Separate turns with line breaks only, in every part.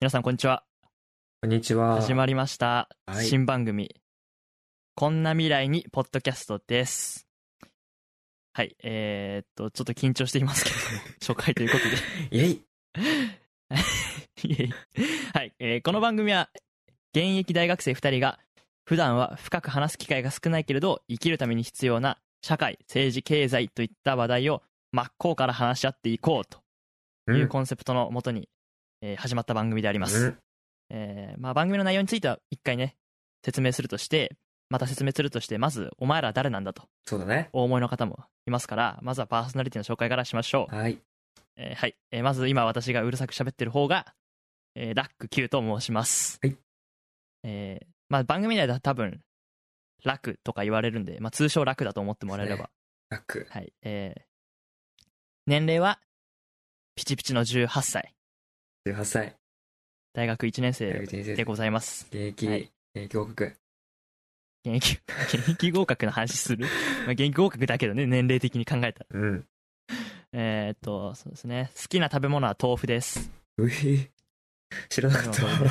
皆さんこんにちは
こんにちは。
始まりました、
はい
新番組こんな未来にポッドキャストですはいえー、っとちょっと緊張しています けど初回ということで
イェイ
いえいえ はい、えーこの番組は現役大学生2人が普段は深く話す機会が少ないけれど生きるために必要な社会政治経済といった話題を真っ向から話し合っていこうというコンセプトのもとに、えー始まった番組であります、
うん
えーまあ、番組の内容については一回ね説明するとしてまた説明するとしてまずお前ら誰なんだと
そうだね。
お思いの方もいますからまずはパーソナリティの紹介からしましょう
はい。
えーはい、えーまず今私がうるさく喋ってる方が、えーラック Q と申します。
はい。
えーまあ番組内では多分、ラクとか言われるんで、まあ通称ラクだと思ってもらえれば。
ラック。
はい。えー年齢は、ピチピチの18歳、
18歳。
大学1年
大
生
学人
で
生。
ございます。
現役、
はい
現役合格。
現役、現役合格の話するまあ現役合格だけどね、年齢的に考えたら。
うん。
えーっと、そうですね。好きな食べ物は豆腐です。
うひ 知らなかっ
そうなんで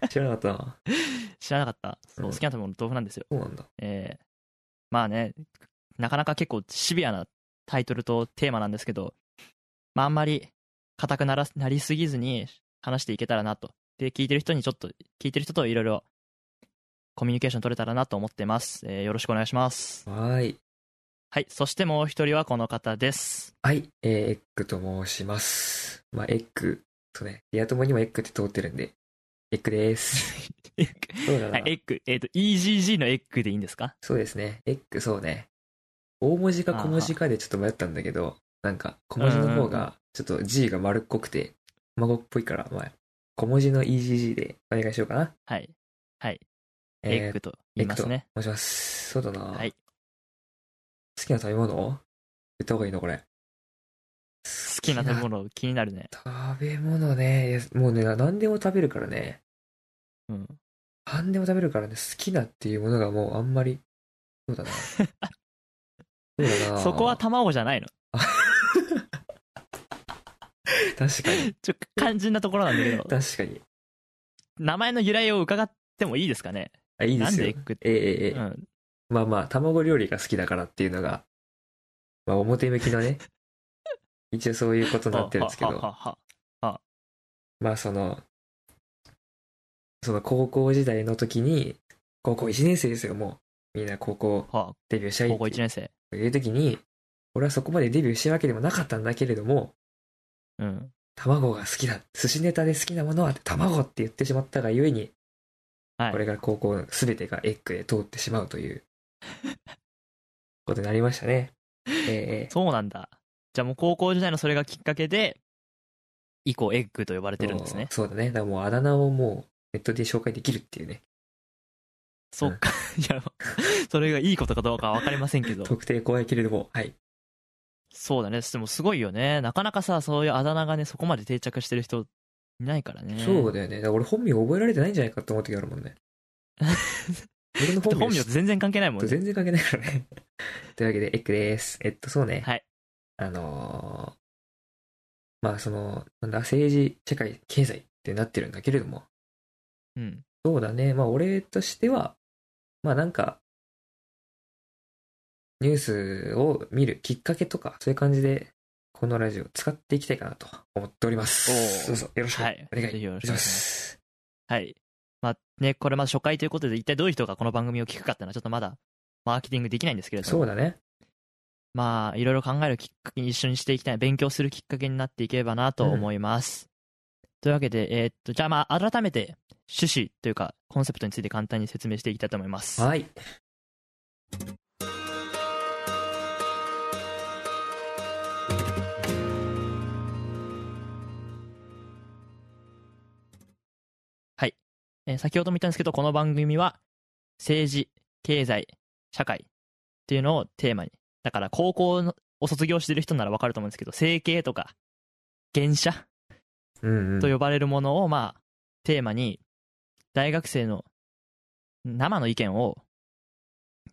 た。 知らなかったな。
知らなかった。そうう、
ん
好きな食べ物豆腐なんですよ。
そうなんだ。
えーまあねなかなか結構シビアなタイトルとテーマなんですけど、まあ、あんまり硬くならなりすぎずに話していけたらなとで聞いてる人にちょっと聞いてる人といろいろコミュニケーション取れたらなと思ってます、えーよろしくお願いします
はーい。
はいそしてもう一人はこの方です
はい。えー、エッグと申します。まあ、エッグ。そうね。リア友にもエッグって通ってるんで。エッグ です。
エッ
そうだ
グ、
な。
はい、エッグえっ、と EGG のエッグでいいんですか
そうですね。エッグ、そうね。大文字か小文字かでちょっと迷ったんだけど、なんか小文字の方
うんうん
がちょっと G が丸っこくて、孫っぽいから、まあ、小文字の EGG でお願いしようかな。
はいはい、エ
え
ッ
ー
グと言いますね
お願いします。そうだな。
はい
好きな食べ物言った方がいいのこれ。
好
好
きな食べ物気になるね
食べ物ね。いやもうね、な何でも食べるからね。
うん
何でも食べるからね、好きなっていうものがもうあんまり、そ うだな。そうだな。
そこは卵じゃないの
確かに。
ちょ肝心なところなんだけ ど
確かに。
名前の由来を伺ってもいいですかね
あ、いいで
なん
すよ。
でエッグって、
ええええええ
うん、
まあまあ、卵料理が好きだからっていうのが、まあ表向き のね、一応そういうことになってるんですけ
はは
ど、
はは
まあその、その高校時代の時に、高校1年生ですよ、もう。みんな高校
はは
デビューしたい
高校1
っ
年生
ていう時に、俺はそこまでデビューしたわけでもなかったんだけれども、
うん
卵が好きだ。寿司ネタで好きなものは卵って言ってしまったがゆえに、
はい
これが高校の全てがエッグで通ってしまうと いう、ことになりましたね。ええ
そうなんだじゃあもう高校時代のそれがきっかけで以降エッグと呼ばれてるんですね
そうそうだね。だからもうあだ名をもうネットで紹介できるっていうね。
そっか、 いやそれがいいことかどうかは分かりませんけ ど
特定怖いけれども、はい。
そうだねでもすごいよねなかなかさそういうあだ名がねそこまで定着してる人いないからね
そうだよね。だから俺本名覚えられてないんじゃないかと思う時ある もんね。俺
だ
の
って
本
本名
名
と全然関係ないもんね
全然関係ないから ね。というわけで、エッグです。えっと、そうね。
はい
あのーまあその、なんだ、政治、社会、経済ってなってるんだけれども、
うん
そうだね。まあ俺としては、まあなんか、ニュースを見るきっかけとか、そういう感じで、このラジオ使っていきたいかなと思っております。
おー
そうそうよろしくお
は
願
い
い
ぜひ
し
よろ
ま
しく
す。
お願いしはい。まあね、これまだ初回ということで、一体どういう人がこの番組を聞くかっていうのは、ちょっとまだマーケティングできないんですけれど
そ
も、
うだね。
まあ、いろいろ考えるきっかけに一緒にしていきたい、勉強するきっかけになっていければなと思います。というわけで、えーっと、じゃあまあ、改めて趣旨というか、コンセプトについて簡単に説明していきたいと思います。
はい。
えー先ほども言ったんですけど、この番組は、政治、経済、社会っていうのをテーマに。だから、高校のを卒業してる人ならわかると思うんですけど、政経とか、現社
うん、うん。
と呼ばれるものを、まあ、テーマに、大学生の生の意見を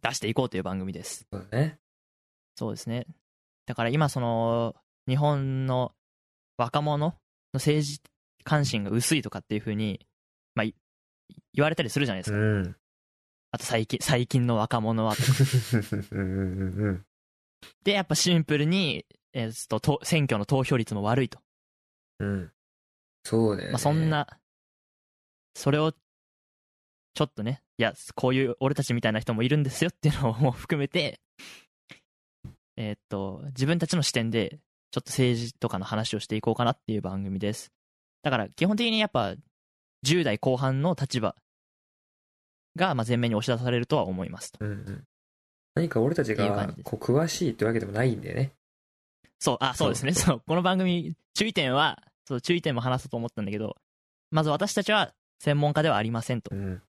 出していこうという番組です。
そうだね。
そうですね。だから今、その、日本の若者の政治関心が薄いとかっていう風に、まあ、い言われたりするじゃないです
う
か。
ん。
あと最近、最近の若者はとか。
うんうんうんうん。
で、やっぱシンプルに、えーっと、と選挙の投票率も悪いと。
うん。そうだよね。
まあ、そん。な、それを、ちょっとね、いや、こういう俺たちみたいな人もいるんですよっていうのも含めて、えーっと、自分たちの視点で、ちょっと政治とかの話をしていこうかなっていう番組です。だから、基本的にやっぱ、10代後半の立場が、まあ、前面に押し出されるとは思いますと。
うんうん。何か俺たち
っていう感
が
じです
こう詳しいってわけでもないんだよね。
そう、あ、そうですね。
そ
そう、こ の番組、注意点は、そう、注意点も話そうと思ったんだけど、まず私たちは専門家ではありませんと
う。ん。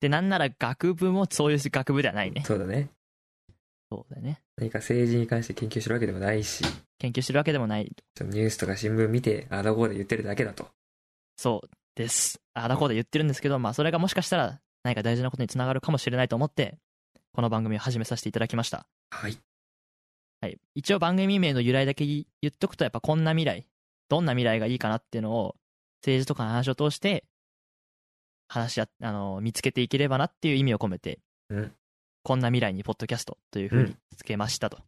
で、なんなら学部もそういう学部ではないね。
そうだね。
そうだよね。
何か政治に関して研究してるわけでもないし、
研究してるわけでもない。
そのニュースとか新聞見て、あだこうで言ってるだけだと。
そうです。あだこうだ言ってるんですけど、まあ、それがもしかしたら何か大事なことにつながるかもしれないと思って、この番組を始めさせていただきました。
はい。
はい。一応番組名の由来だけ言っとくと、やっぱこんな未来、どんな未来がいいかなっていうのを、政治とかの話を通して、話し合っあの、見つけていければなっていう意味を込めて、
うん
こんな未来にポッドキャストというふうにつけましたと。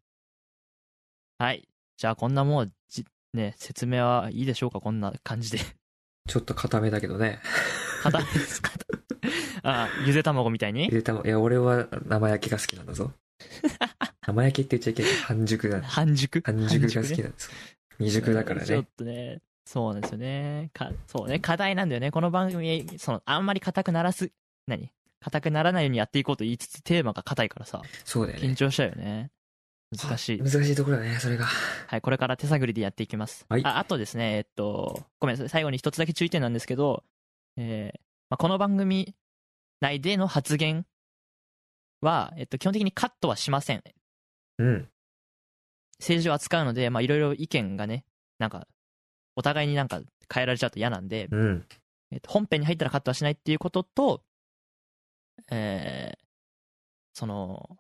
はい。じゃあこんなもうじ、ね、説明はいいでしょうかこんな感じで。
ちょっと固めだけどね。
硬いですか あ、ゆで卵みたいに
入れたもいや、俺は生焼けが好きなん だぞ。生焼けって言っちゃいけない。半熟だ。
半熟
半熟が好
ね
きなんです。未熟だから
ちょ
ね
っ。とね、そうなんですよね。かそうね、課題なんだよね。この番組、その、あんまり硬くならす、何硬くならないようにやっていこうと言いつつ、テーマが硬いからさ、
そうだよ
緊
ね。
張しちゃうよね。難しい
難。しいところだね、それが。
はい、これから手探りでやっていきます。
はい
ああとですね、えっと、ごめんなさい、最後に一つだけ注意点なんですけど、えーまあ、この番組内での発言は、えっと、基本的にカットはしません。
うん。
政治を扱うので、まあ、いろいろ意見がね、なんか、お互いになんか変えられちゃうと嫌なんで、
うん。
えっと本編に入ったらカットはしないっていうことと、えーその、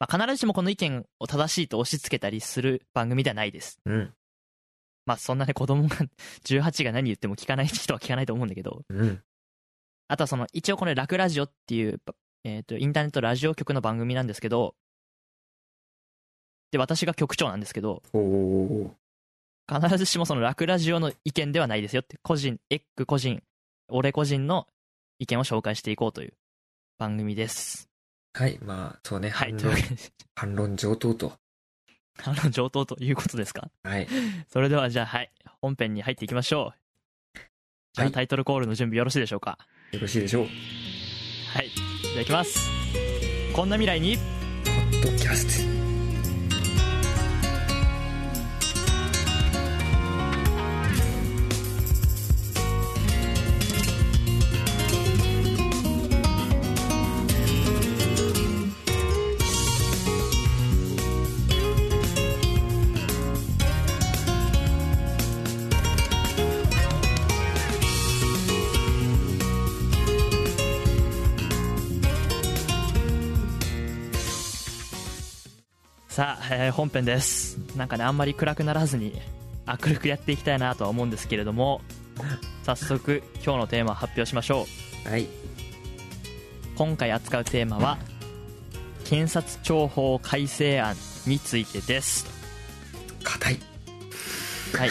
まあ、必ずしもこの意見を正しいと押し付けたりする番組ではないです。
うん。
まあそんなね子供が 18が何言っても聞かない人は聞かないと思うんだけど、
うん。
あとはその一応これ楽ラジオっていう、えっとインターネットラジオ局の番組なんですけど、で私が局長なんですけど、
おーおーおー
必ずしもその楽ラジオの意見ではないですよって個人エッグ個人俺個人の意見を紹介していこうという番組です
はい、まあ、そうね。
はい
反
という
論
わけで
反論上等と。
あの上等ということですか
はい。
それではじゃあはい本編に入っていきましょうじゃ
は
あ
い
タイトルコールの準備よろしいでしょうか
よろしいでしょう。
はいじゃあいきますこんな未来に
ポッドキャスト。
さあ、えー本編ですなんかねあんまり暗くならずに明るくやっていきたいなとは思うんですけれども早速今日のテーマを発表しましょう
はい。
今回扱うテーマは検察庁法改正案についてです、
硬い。
はい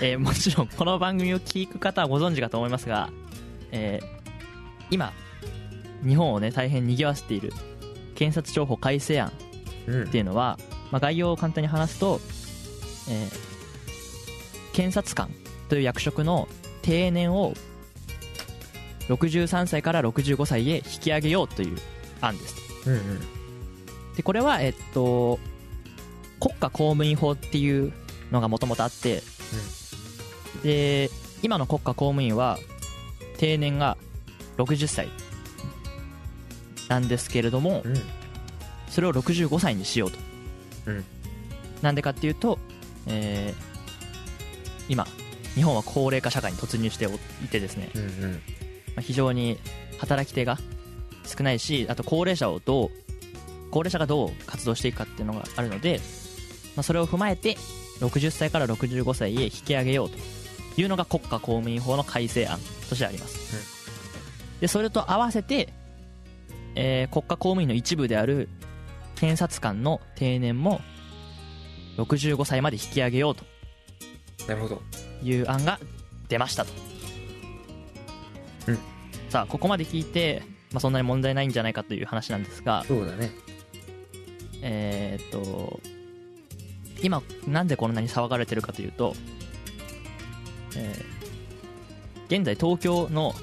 えーもちろんこの番組を聞く方はご存知かと思いますが、えー今日本をね大変賑わせている検察庁法改正案
うん
って。いうのは、まあ、概要を簡単に話すと、えー検察官という役職の定年を63歳から65歳へ引き上げようという案です
うんうん。
でこれは、えっと、国家公務員法っていうのがもともとあって、で今の国家公務員は定年が60歳なんですけれども
うん。
それを65歳にしようと、
うん
なんでかっていうと、えー今日本は高齢化社会に突入しておいてですね、
うんうん。
まあ、非常に働き手が少ないしあと高齢者をどう高齢者がどう活動していくかっていうのがあるので、まあ、それを踏まえて60歳から65歳へ引き上げようというのが国家公務員法の改正案としてあります、でそれと合わせて、えー国家公務員の一部である検察官の定年も65歳まで引き上げようと
なるほど。
いう案が出ましたと、
うん
さあここまで聞いて、まあ、そんなに問題ないんじゃないかという話なんですが
そうだね。
えーっと今なんでこんなに騒がれてるかというと、えー現在東京の、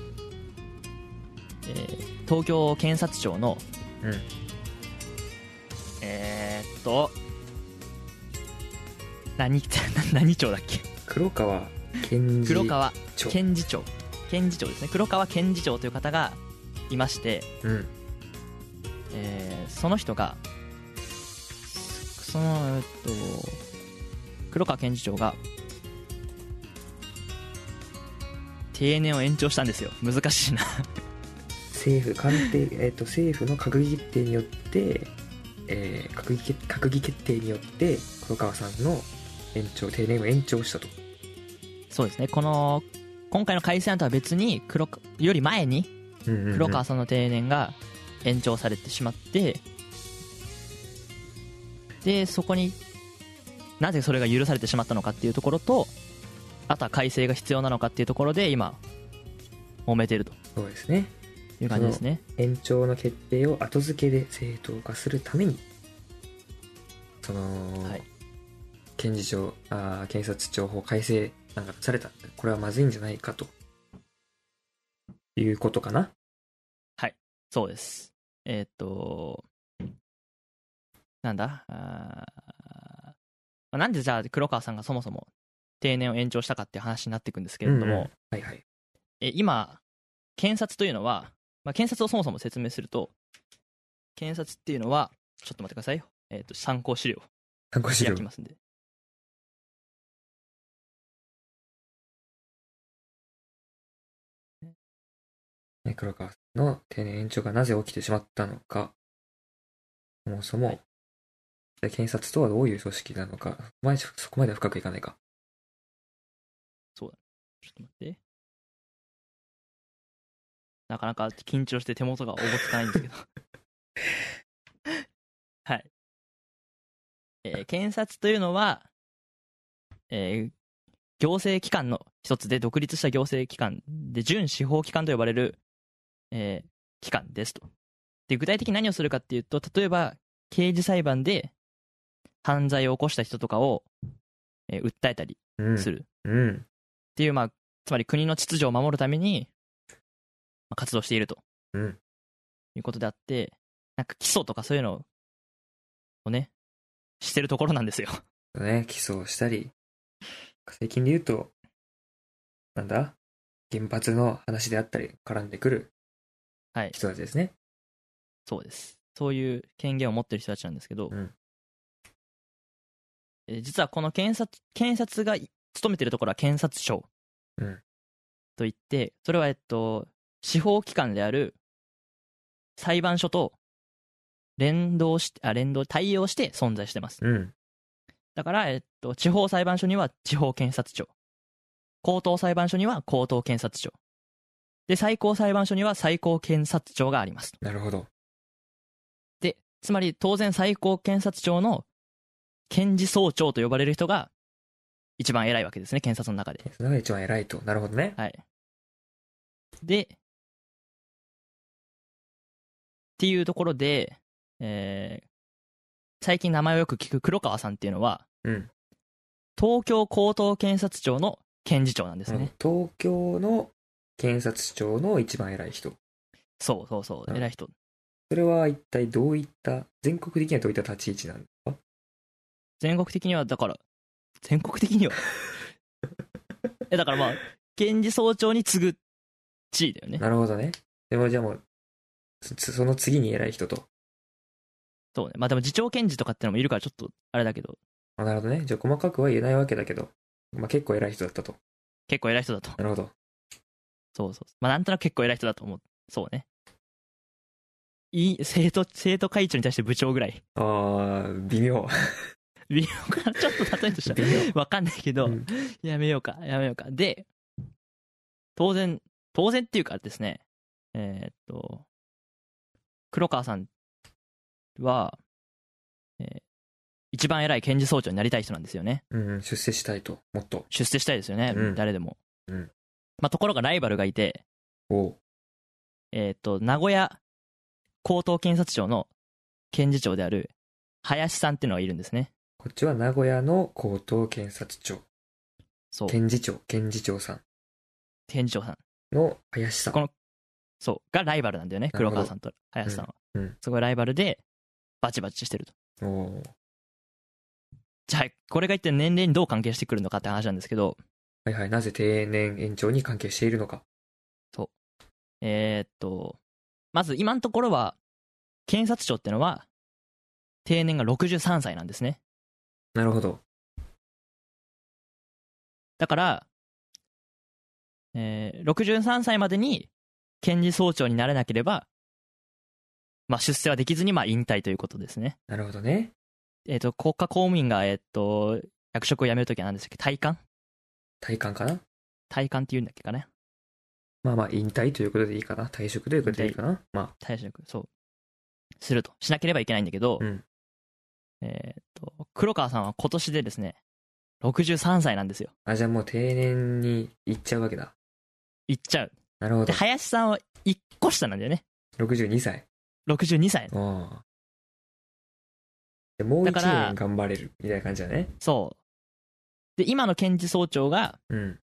えー東京検察庁の
うん。
えーっと何 何庁だっけ
黒川健二
黒川
長。
検事長検事長ですね黒川検事長という方がいまして、
うん。
えーその人がそそのえっと黒川検事長が定年を延長したんですよ難しいな
政府官邸、 えっ、と、政府の閣議決定によって、えー、閣議決閣議決定によって、黒川さんの延長、定年を延長したと。
そうですねこの今回の改正案とは別に黒かより前に
うんうんうん
黒川さんの定年が延長されてしまって、でそこになぜそれが許されてしまったのかっていうところとあとは改正が必要なのかっていうところで今揉めてると
そうですね。
いう感じですね、
延長の決定を後付けで正当化するためにその、
はい
検事長あー検察庁法改正案が出されたこれはまずいんじゃないかということかな
そうですえーっとなんだあーまあなんでじゃあ黒川さんがそもそも定年を延長したかっていう話になっていくんですけれども、
うんうんはいはい
え今検察というのは、まあ、検察をそもそも説明すると検察っていうのはちょっと待ってくださいよ、えー、と参考資料
参考資料
開きますんで
ね黒川さんの定年延長がなぜ起きてしまったのかそもそも、
はい
で検察とはどういう組織なのかまあそこまでは深くいかないか
ちょっと待ってなかなか緊張して手元がおぼつかないんですけどはい、えー検察というのは、えー行政機関の一つで独立した行政機関で準司法機関と呼ばれる、えー機関ですとで具体的に何をするかっていうと例えば刑事裁判で犯罪を起こした人とかを、えー訴えたり
うん
する、
うん
っていう、まあ、つまり国の秩序を守るために、まあ、活動していると
うん
いうことであって、なんか基礎とかそういうのをね、してるところなんですよ。
ね、起訴をしたり、最近で言うと、なんだ原発の話であったり、絡んでくる
はい、
人たちですね。
そうです。そういう権限を持ってる人たちなんですけど、
うん
えー実はこの検察検察がい勤めてるところは検察庁
うん
といって、それは、えっと、司法機関である裁判所と連動して、あ、連動、対応して存在してます。
うん。
だから、えっと、地方裁判所には地方検察庁。高等裁判所には高等検察庁。で、最高裁判所には最高検察庁があります。
なるほど。
で、つまり当然最高検察庁の検事総長と呼ばれる人が一番偉いわけですね、検察の中で。
それが一番偉いと。なるほどね。
はい。で、っていうところで、えー最近名前をよく聞く黒川さんっていうのは、
うん。
東京高等検察庁の検事長なんですね。
東京の検察庁の一番偉い人。
そうそうそう、
うん
偉い人。
それは一体どういった、全国的にはどういった立ち位置なんですか
全国的には、だから、全国的 には。え、だからまあ、検事総長に次ぐ地位だよね。
なるほどね。でもじゃあもう、そその次に偉い人と。
そうね。まあでも、次長検事とかってのもいるから、ちょっと、あれだけど、
あなるほどね。じゃあ細かくは言えないわけだけど、まあ結構偉い人だったと。
結構偉い人だと。
なるほど。
そうそう。まあ、なんとなく結構偉い人だと思う。そうね。いい、生徒、生徒会長に対して部長ぐらい。
あー、微妙。
微妙かなちょっと例えとし
微
た
妙
わかんないけど、
うん
やめようか、やめようか。で、当然、当然っていうかですね、えーっと、黒川さんは、えー一番偉い検事総長になりたい人なんですよね。
うん、出世したいと、もっと。
出世したいですよね、
うん
誰でも。
うん
まあ、ところがライバルがいて、
おう
えーっと、名古屋高等検察庁の検事長である林さんっていうのがいるんですね。
こっちは名古屋の高等検察庁、
そう、
検事長、検事長さ
検事長さん。
んの林さん。
このそう、がライバルなんだよね、
なる
黒
ほど
川さんと林さんは。
うんうん
すごいライバルで、バチバチしてると。
おう
じゃあ、これが一体年齢にどう関係してくるのかって話なんですけど、
はいはい、なぜ定年延長に関係しているのか。
えーっと、まず今のところは、検察庁ってのは、定年が63歳なんですね。
なるほど。
だから、えー、63歳までに検事総長になれなければ、まあ、出世はできずにまあ引退ということですね。
なるほどね。
えーっと、国家公務員が、えーっと、役職を辞めるときは何でしたっけ退官
体感かな
退官って言うんだっけかね
まあまあ、引退ということでいいかな。退職ということでいいかな。ま
退職そうするとしなければいけないんだけど、
うん
えーっと黒川さんは今年でですね63歳なんですよ
あ、あ、じゃあもう定年に行っちゃうわけだ。
行っちゃう
なるほ
で
ど。
林さんは1個下なんだよね
62歳。
62歳
おうでもう1
だから
年頑張れるみたいな感じだね。
そうで今の検事総長が、
うん。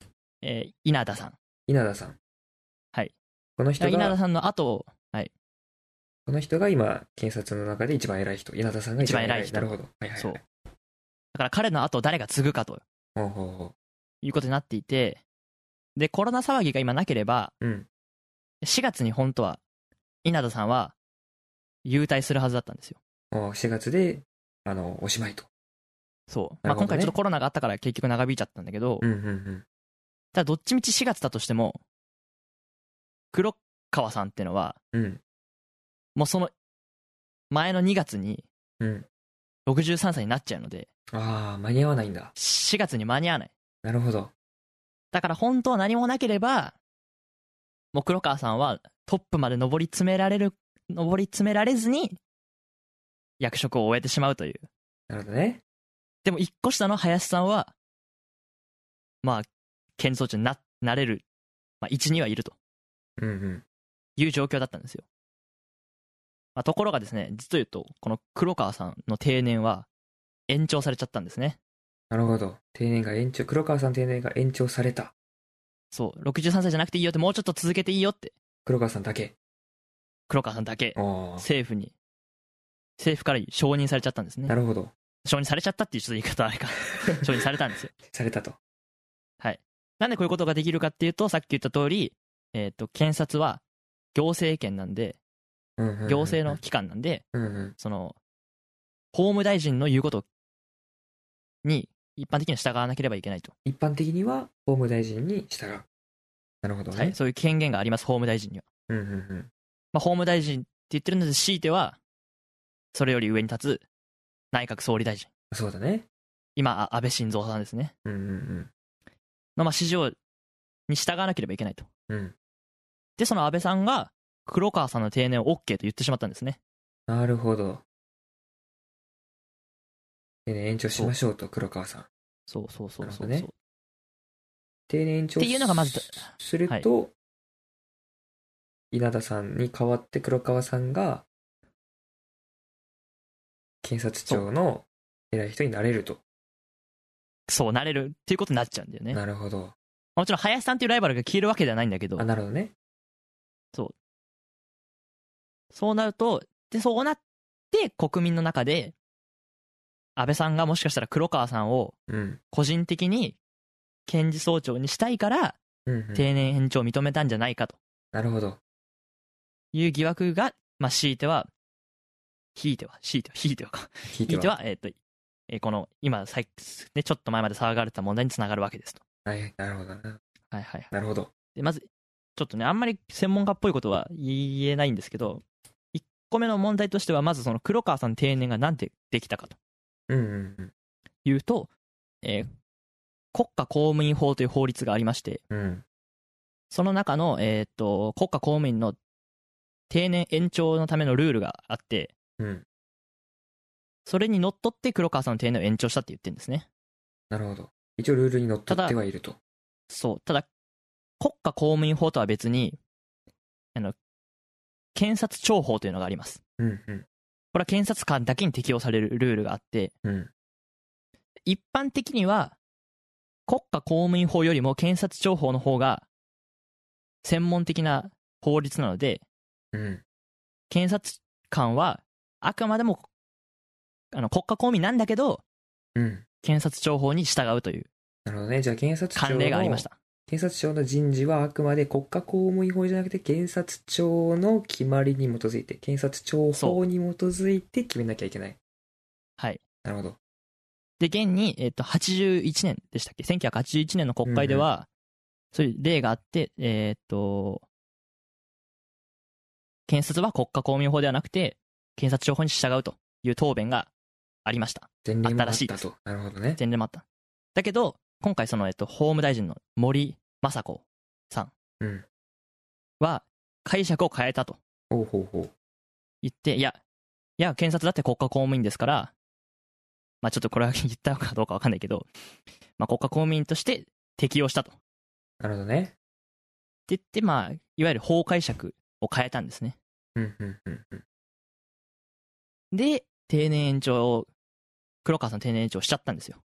えー稲田さん
稲田さん。
はい。
この人
稲田
が、
さんの後をはい
この人が今、検察の中で一番偉い人。稲田さんが一番偉い
一
な
番偉
る
い人
ほど。はいはい、はい。
そうだから彼の後を誰が継ぐかと
ほうほうほ
いうことになっていてでコロナ騒ぎが今なければ
う。うん。
4月に本当は稲田さんは優退するはずだったんですよ
もう4月で、あの、おしまいと。
そう、まあ、
なるほどね
今回ちょっとコロナがあったから結局長引いちゃったんだけど、
うんうんうん。
ただどっちみち4月だとしても黒川さんってのは
うん。
もうその前の2月に
うん。
63歳になっちゃうので
ああ、間に合わないんだ。
4月に間に合わない
なるほど。
だから本当は何もなければもう黒川さんはトップまで上り詰められる上り詰められずに役職を終えてしまうという
なるほどね。
でも1個下の林さんはまあ検討長にななれる、まあ、位置にはいると
うんうん。
いう状況だったんですよ。まあ、ところがですね、実を言うと、この黒川さんの定年は延長されちゃったんですね。
なるほど。定年が延長、黒川さん定年が延長された。
そう、63歳じゃなくていいよって、もうちょっと続けていいよって、
黒川さんだけ。
黒川さんだけ
ああ。
政府に、政府から承認されちゃったんですね
な。るほど。
承認されちゃったっていうちょっと言い方はあれか、 承認されたんですよ。
されたと。
なんでこういうことができるかっていうと、さっき言った通り、えっ、と、検察は行政権なんで、
うんうんうんうん
行政の。機関なんで、
うんうん。
その、法務大臣の言うことに一般的には従わなければいけないと。
一般的には、法務大臣に従う。なるほどね。
はい。そういう権限があります、法務大臣には。
うんうんうん。
まあ、法務大臣って言ってるので、強いては、それより上に立つ内閣総理大臣。
そうだね。
今、あ安倍晋三さんですね。
うんうん
の、まあ、指示を、に従わなければいけないと。
うん。うん。
で、その安倍さんが、黒川さんの定年を OK と言ってしまったんですね。
なるほど。定年延長しましょうと、黒川さん。
そうそうそうそうそう。
なるほ定年延長
っていうのがまず
すすると、稲田さんに代わって黒川さんが検察庁の偉い人になれると
そうなれるっていうことになっちゃうんだよね。ま
なるほど
あもちろん、林さんっていうライバルが消えるわけではないんだけど
あ、なるほどね
そうなると、で、そうなって、国民の中で、安倍さんがもしかしたら黒川さんを
うん
個人的に検事総長にしたいから、
うんうん、
定年延長を認めたんじゃないかと
なるほど
いう疑惑が、まあ、強いては、ひいては、ひいては、ひいてはか。
聞
ひ
いて
い
は
ては、えっ、と、えーこの、今、さいね、ちょっと前まで騒がれてた問題につながるわけですと。
はいなるほどな
はいはいはい。
なるほど
で、まず、ちょっとね、あんまり専門家っぽいことは言えないんですけど、1個目の問題としては、まずその黒川さんの定年がなんでできたかと。
うんうんうん
言うと、えー国家公務員法という法律がありまして、
うん。
その中の、えーっと、国家公務員の定年延長のためのルールがあって、
うん。
それにのっとって黒川さんの定年を延長したって言ってるんですね。
なるほど。一応ルールにのっとってはいると。
そう。ただ、国家公務員法とは別に、あの、検察庁法というのがあります。
うんうん。
これは検察官だけに適用されるルールがあって、
うん。
一般的には、国家公務員法よりも検察庁法の方が、専門的な法律なので、
うん。
検察官はあくまでもあの国家公務員なんだけど
うん。
検察庁法に従うという
なるほどね。じゃあ検察
慣
庁の
例がありました
検察庁の人事はあくまで国家公務員法じゃなくて検察庁の決まりに基づいて、検察庁法に基づいて決めなきゃいけない。
はい
なるほど。
で現に、えっと81年でしたっけ1981年の国会では、そういう例があってえっと検察は国家公務員法ではなくて検察庁法に従うという答弁がありました
前例もあっ
新しいで
たと。なるほどね。
前例もあっただけど今回その、えっと法務大臣の森雅子さん
うん。
は解釈を変えたと
ほうほうほう。
言って、いや、いや、検察だって国家公務員ですから、まあちょっとこれは言ったかどうかわかんないけど、まあ国家公務員として適用したと。って
なるほどね。
言って、まあ、いわゆる法解釈を変えたんですね。
うんうんうんうん。
で、定年延長を、黒川さんの定年延長しちゃったんですよ。っ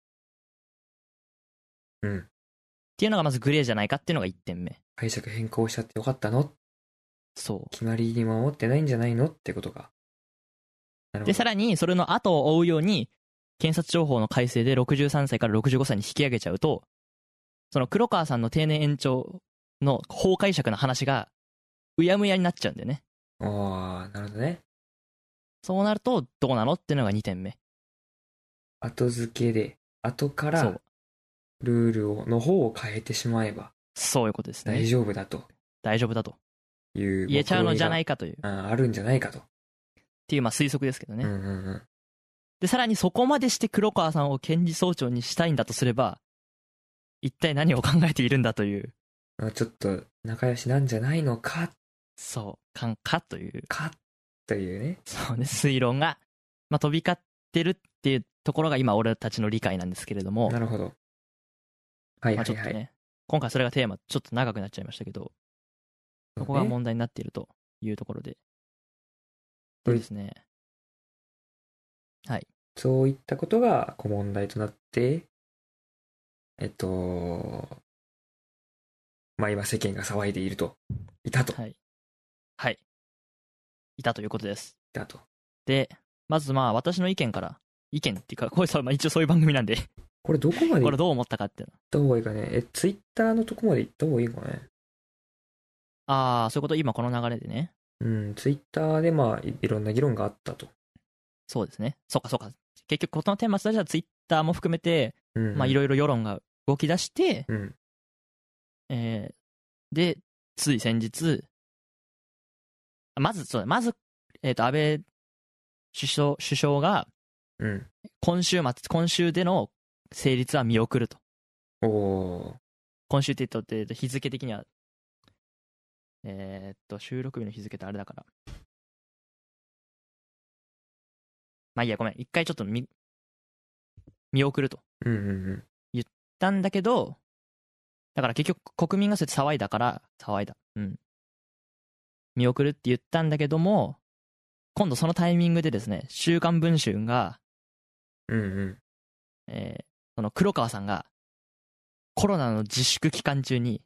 うん。
ていうのがまずグレーじゃないかっていうのが1点目。
解釈変更しちゃってよかったの
そ
決まりに守ってないんじゃないのってことか。
う。
なる
で、
ほ
さ
ど。
らに、それの後を追うように、検察庁法の改正で63歳から65歳に引き上げちゃうと、その黒川さんの定年延長の法解釈の話が、うやむやになっちゃうんだよね。
ああ、なるほどね。
そうなるとどうなのっていうのが2点目。
後付けで、後か
そ
ら
う。
ルールをの方を変えてしまえば
そういうことですね。
大丈夫だと
大丈夫だと。
いう
言えちゃうのじゃないいかという、っ
あるんじゃないかと。
ていうまあ推測ですけどね。
うんうんうん。
で、さらにそこまでして黒川さんを検事総長にしたいんだとすれば、一体何を考えているんだという、
あちょっと仲良しなんじゃないのか、
そう、感かという、
か、というね。
そうね、推論が、まあ飛び交ってるっていうところが今俺たちの理解なんですけれども、
なるほど。はい
まあ
は
ちょ
い
っと
は
ね、
い。
今回それがテーマ、ちょっと長くなっちゃいましたけど、そこが問題になっているというところで。
は
そ
いう
ですね。
そういったことがこう問題となって、えっと、まあ今世間が騒いでいると、いたと、い
はい。はい。いたということです。
たと。
で、まずまあ私の意見から、意見っていうか、これさ、まあ一応そういう番組なんで、
これどこまで
こ
行
れ
っ
どう思ったかっていうの。
た方がいいかね。え、ツイッターのとこまで行った方がいいのかね。
ああ、そういうこと、今この流れでね。
うん、ツイッターでまあいいろんな議論があったと。
そうですね。そうかそうか。結局、この天末だじゃツイッターも含めて、
うん。
まあいろいろ世論が動き出して、
うん。
えーで、つい先日、まず、そうだ、まず、えっ、と、安倍首相、首相が、
うん。
今週末、今週での成立は見送ると。
おー。
今週って言ったって、日付的には、えーっと、収録日の日付ってあれだから。まあいいや、ごめん。一回ちょっと見、見送ると。
うんうん
たんだけど、だから結局国民がそうやって騒いだから、騒いだ。うん。見送るって言ったんだけども、今度そのタイミングでですね、週刊文春が、
うん。うんうん。
えーその黒川さんがコロナの自粛期間中に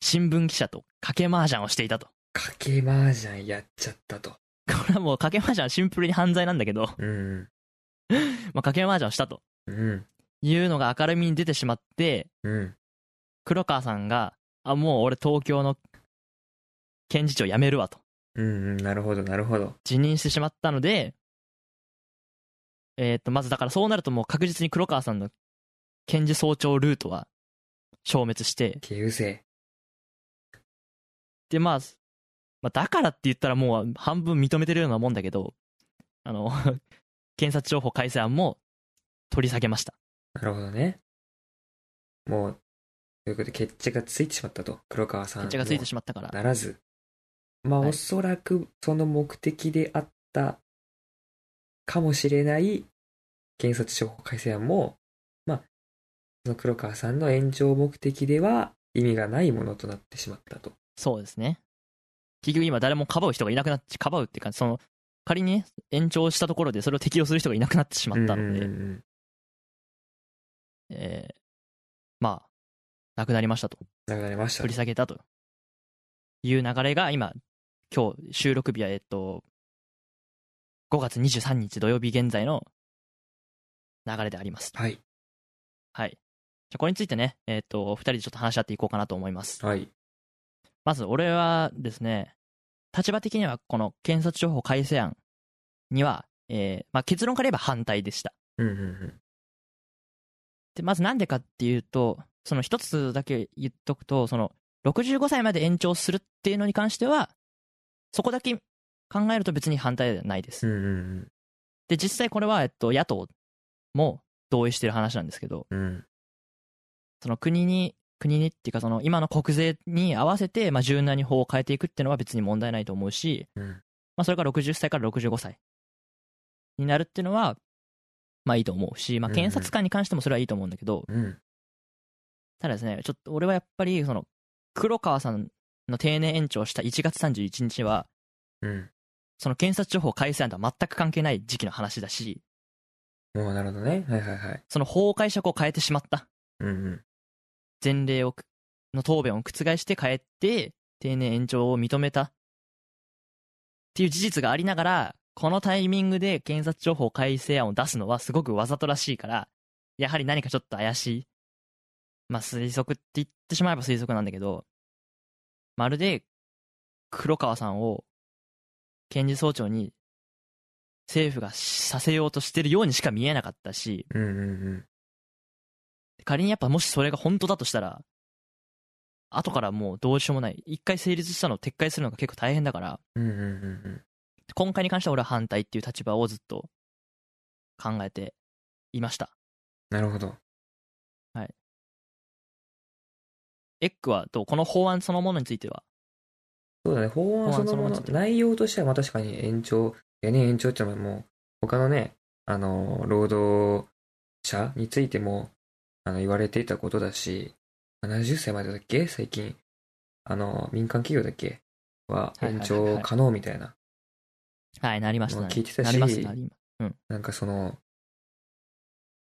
新聞記者と賭け麻雀をしていたと。
かけ麻雀やっちゃったと。
これはもう賭け麻雀はシンプルに犯罪なんだけど、
うん。
まあ、賭け麻雀をしたと
うん。
いうのが明るみに出てしまって、
うん。
黒川さんが、あ、もう俺東京の検事長辞めるわと
うんうん。なるほど、なるほど。
辞任してしまったので、えーっと、まずだからそうなるともう確実に黒川さんの検事総長ルートは消滅して、
消うせ。
で、まあ、まあ、だからって言ったらもう 半分認めてるようなもんだけど、あの、検察庁法改正案も取り下げました。
なるほどね。もう、ということで決着がついてしまったと。黒川さん
決着がついてしまったから。
ならず。まあ、
はい
おそらくその目的であったかもしれない検察庁法改正案も、まあ、その黒川さんの炎上目的では意味がないものとなってしまったと。
そうですね。結局今誰もかばう人がいなくなって、かばうっていうか、その、仮にね、延長したところでそれを適用する人がいなくなってしまったので、
うんうんうん
えーまあ、なくなりましたと。
なくなりました
取り。下げたという流れが今、今日収録日は、えっと、5月23日土曜日現在の流れであります。
はい。
はい。じゃあこれについてね、えっと、二人でちょっと話し合っていこうかなと思います。
はい。
まず、俺はですね、立場的にはこの検察庁法改正案には、えーまあ、結論から言えば反対でした。
うんうんうん。
で、まずなんでかっていうと、その一つだけ言っとくと、その65歳まで延長するっていうのに関しては、そこだけ考えると別に反対ではないで
う
す。
んうん
で、実際これは、えっと、野党も同意してる話なんですけど、
うん。うん。
その国に、国にっていうかその今の国税に合わせて、まあ、柔軟に法を変えていくっていうのは別に問題ないと思うし、
うん
まあ、それから60歳から65歳になるっていうのは、まあいいと思うし、まあ、検察官に関してもそれはいいと思うんだけど、
うん。
ただですね、ちょっと俺はやっぱり、その、黒川さんの定年延長した1月31日は、
うん。
その検察庁法改正案とは全く関係ない時期の話だし、
もうなるほどね。はいはいはい。
その法解釈を変えてしまった。
うんうん。
前例をく、の答弁を覆して変えて、定年延長を認めた。っていう事実がありながら、このタイミングで検察庁法改正案を出すのはすごくわざとらしいから、やはり何かちょっと怪しい。まあ推測って言ってしまえば推測なんだけど、まるで黒川さんを検事総長に政府がさせようとしてるようにしか見えなかったし、
うんうん
仮にやっぱもしそれが本当だとしたら、後からもうどうしようもない。一回成立したのを撤回するのが結構大変だから、
うん。うんうんうんうん。
今回に関しては俺は反対っていう立場をずっと考えていました。
なるほど。
エッグはどうこの法案そのものについては。
そうだね、法案そ
法
のも
案そのもの
の
につい、て
内容としてはまあ確かに延長、定年延長っていうのはもう、他のね、あの、労働者についても、あの、言われていたことだし、70歳までだっけ最近、あの、民間企業だっけは
はいはいはい
延
はい
長可能みたいな。
はい、なりました。
もう聞いてたし
なります、なります。
なんかその、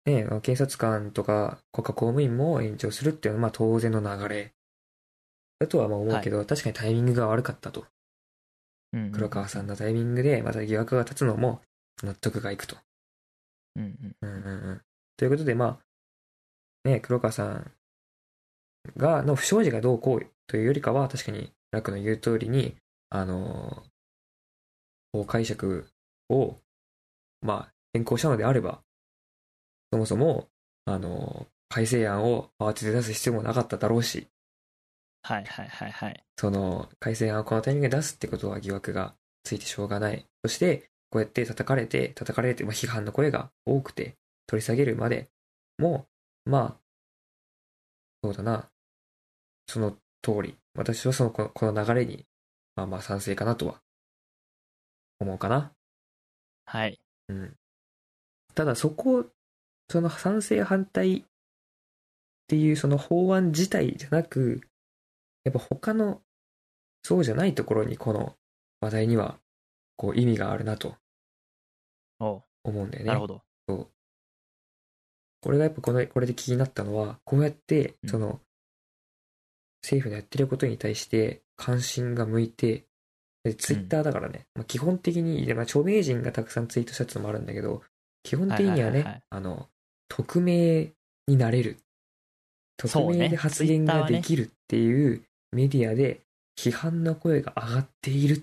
ね、あの警察官とか国家公務員も延長するっていうのはまあ当然の流れだとはまあ思うけど、確かにタイミングが悪かったと。
うん。
黒川さんのタイミングでまた疑惑が立つのも納得がいくと。
うんうん。
うんうんうん、ということで、まあ、ね、黒川さんが、の不祥事がどうこうというよりかは、確かに、楽の言う通りに、あのーこう解釈を、まあ、変更したのであれば、そもそも、あのー改正案を慌てて出す必要もなかっただろうし、
はいはいはいはい。
その改正案をこのタイミングで出すってことは疑惑がついてしょうがない。そして、こうやって叩かれて、叩かれて、まあ、批判の声が多くて、取り下げるまでも、まあ、そうだな、その通り、私はそのこのこの流れに、まあまあ賛成かなとは、思うかな。
はい。
うん。ただそこ、その賛成反対っていうその法案自体じゃなく、やっぱ他のそうじゃないところにこの話題にはこう意味があるなと
おう
思うんだよね。
なるほど。
これがやっぱこのこれで気になったのは、こうやって
うん
その、政府のやってることに対して関心が向いて、でツイッターだからね、まあ、基本的に、でまあ、著名人がたくさんツイートしたっていうのもあるんだけど、基本的には
はいはいはいは
ね
い、
あの、匿名になれる。匿
そうね
名で発言ができるっていうメディアで批判の声が上がっているっ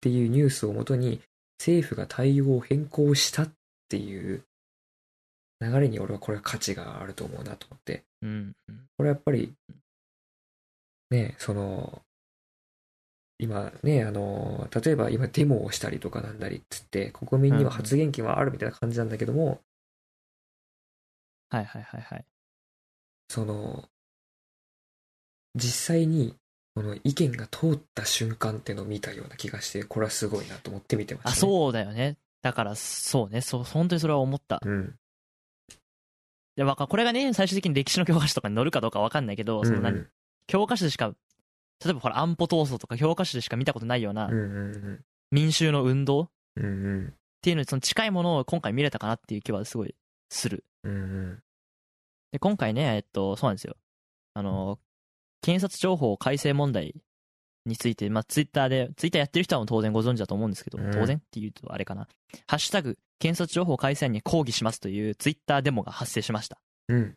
ていうニュースをもとに政府が対応を変更したっていう流れに俺はこれは価値があると思うなと思って。
うんうん。
これやっぱり、ね、その、今ね、あの、例えば今デモをしたりとかなんだりっつって、国民には発言権はあるみたいな感じなんだけども、
はいはいはいはい。
その、実際に、この意見が通った瞬間っていうのを見たような気がして、これはすごいなと思って見てました、
あ、そうだよね。だから、そうね。そう、本当にそれは思った。
う。うん。
で、わか、これがね、最終的に歴史の教科書とかに載るかどうかわかんないけど、その
うん
何、教科書でしか、例えばほら、安保闘争とか教科書でしか見たことないような
うんうん
民衆の運動っ
うん。うんうん。
ていうのに、その近いものを今回見れたかなっていう気はすごいする。
うんうん。
で、今回ね、えっと、そうなんですよ。あの、検察情報改正問題について、まあ、ツイッターで、ツイッターやってる人はもう当然ご存知だと思うんですけど、
うん
当然っていうとあれかな。ハッシュタグ、検察情報改正に抗議しますというツイッターデモが発生しました。
うん。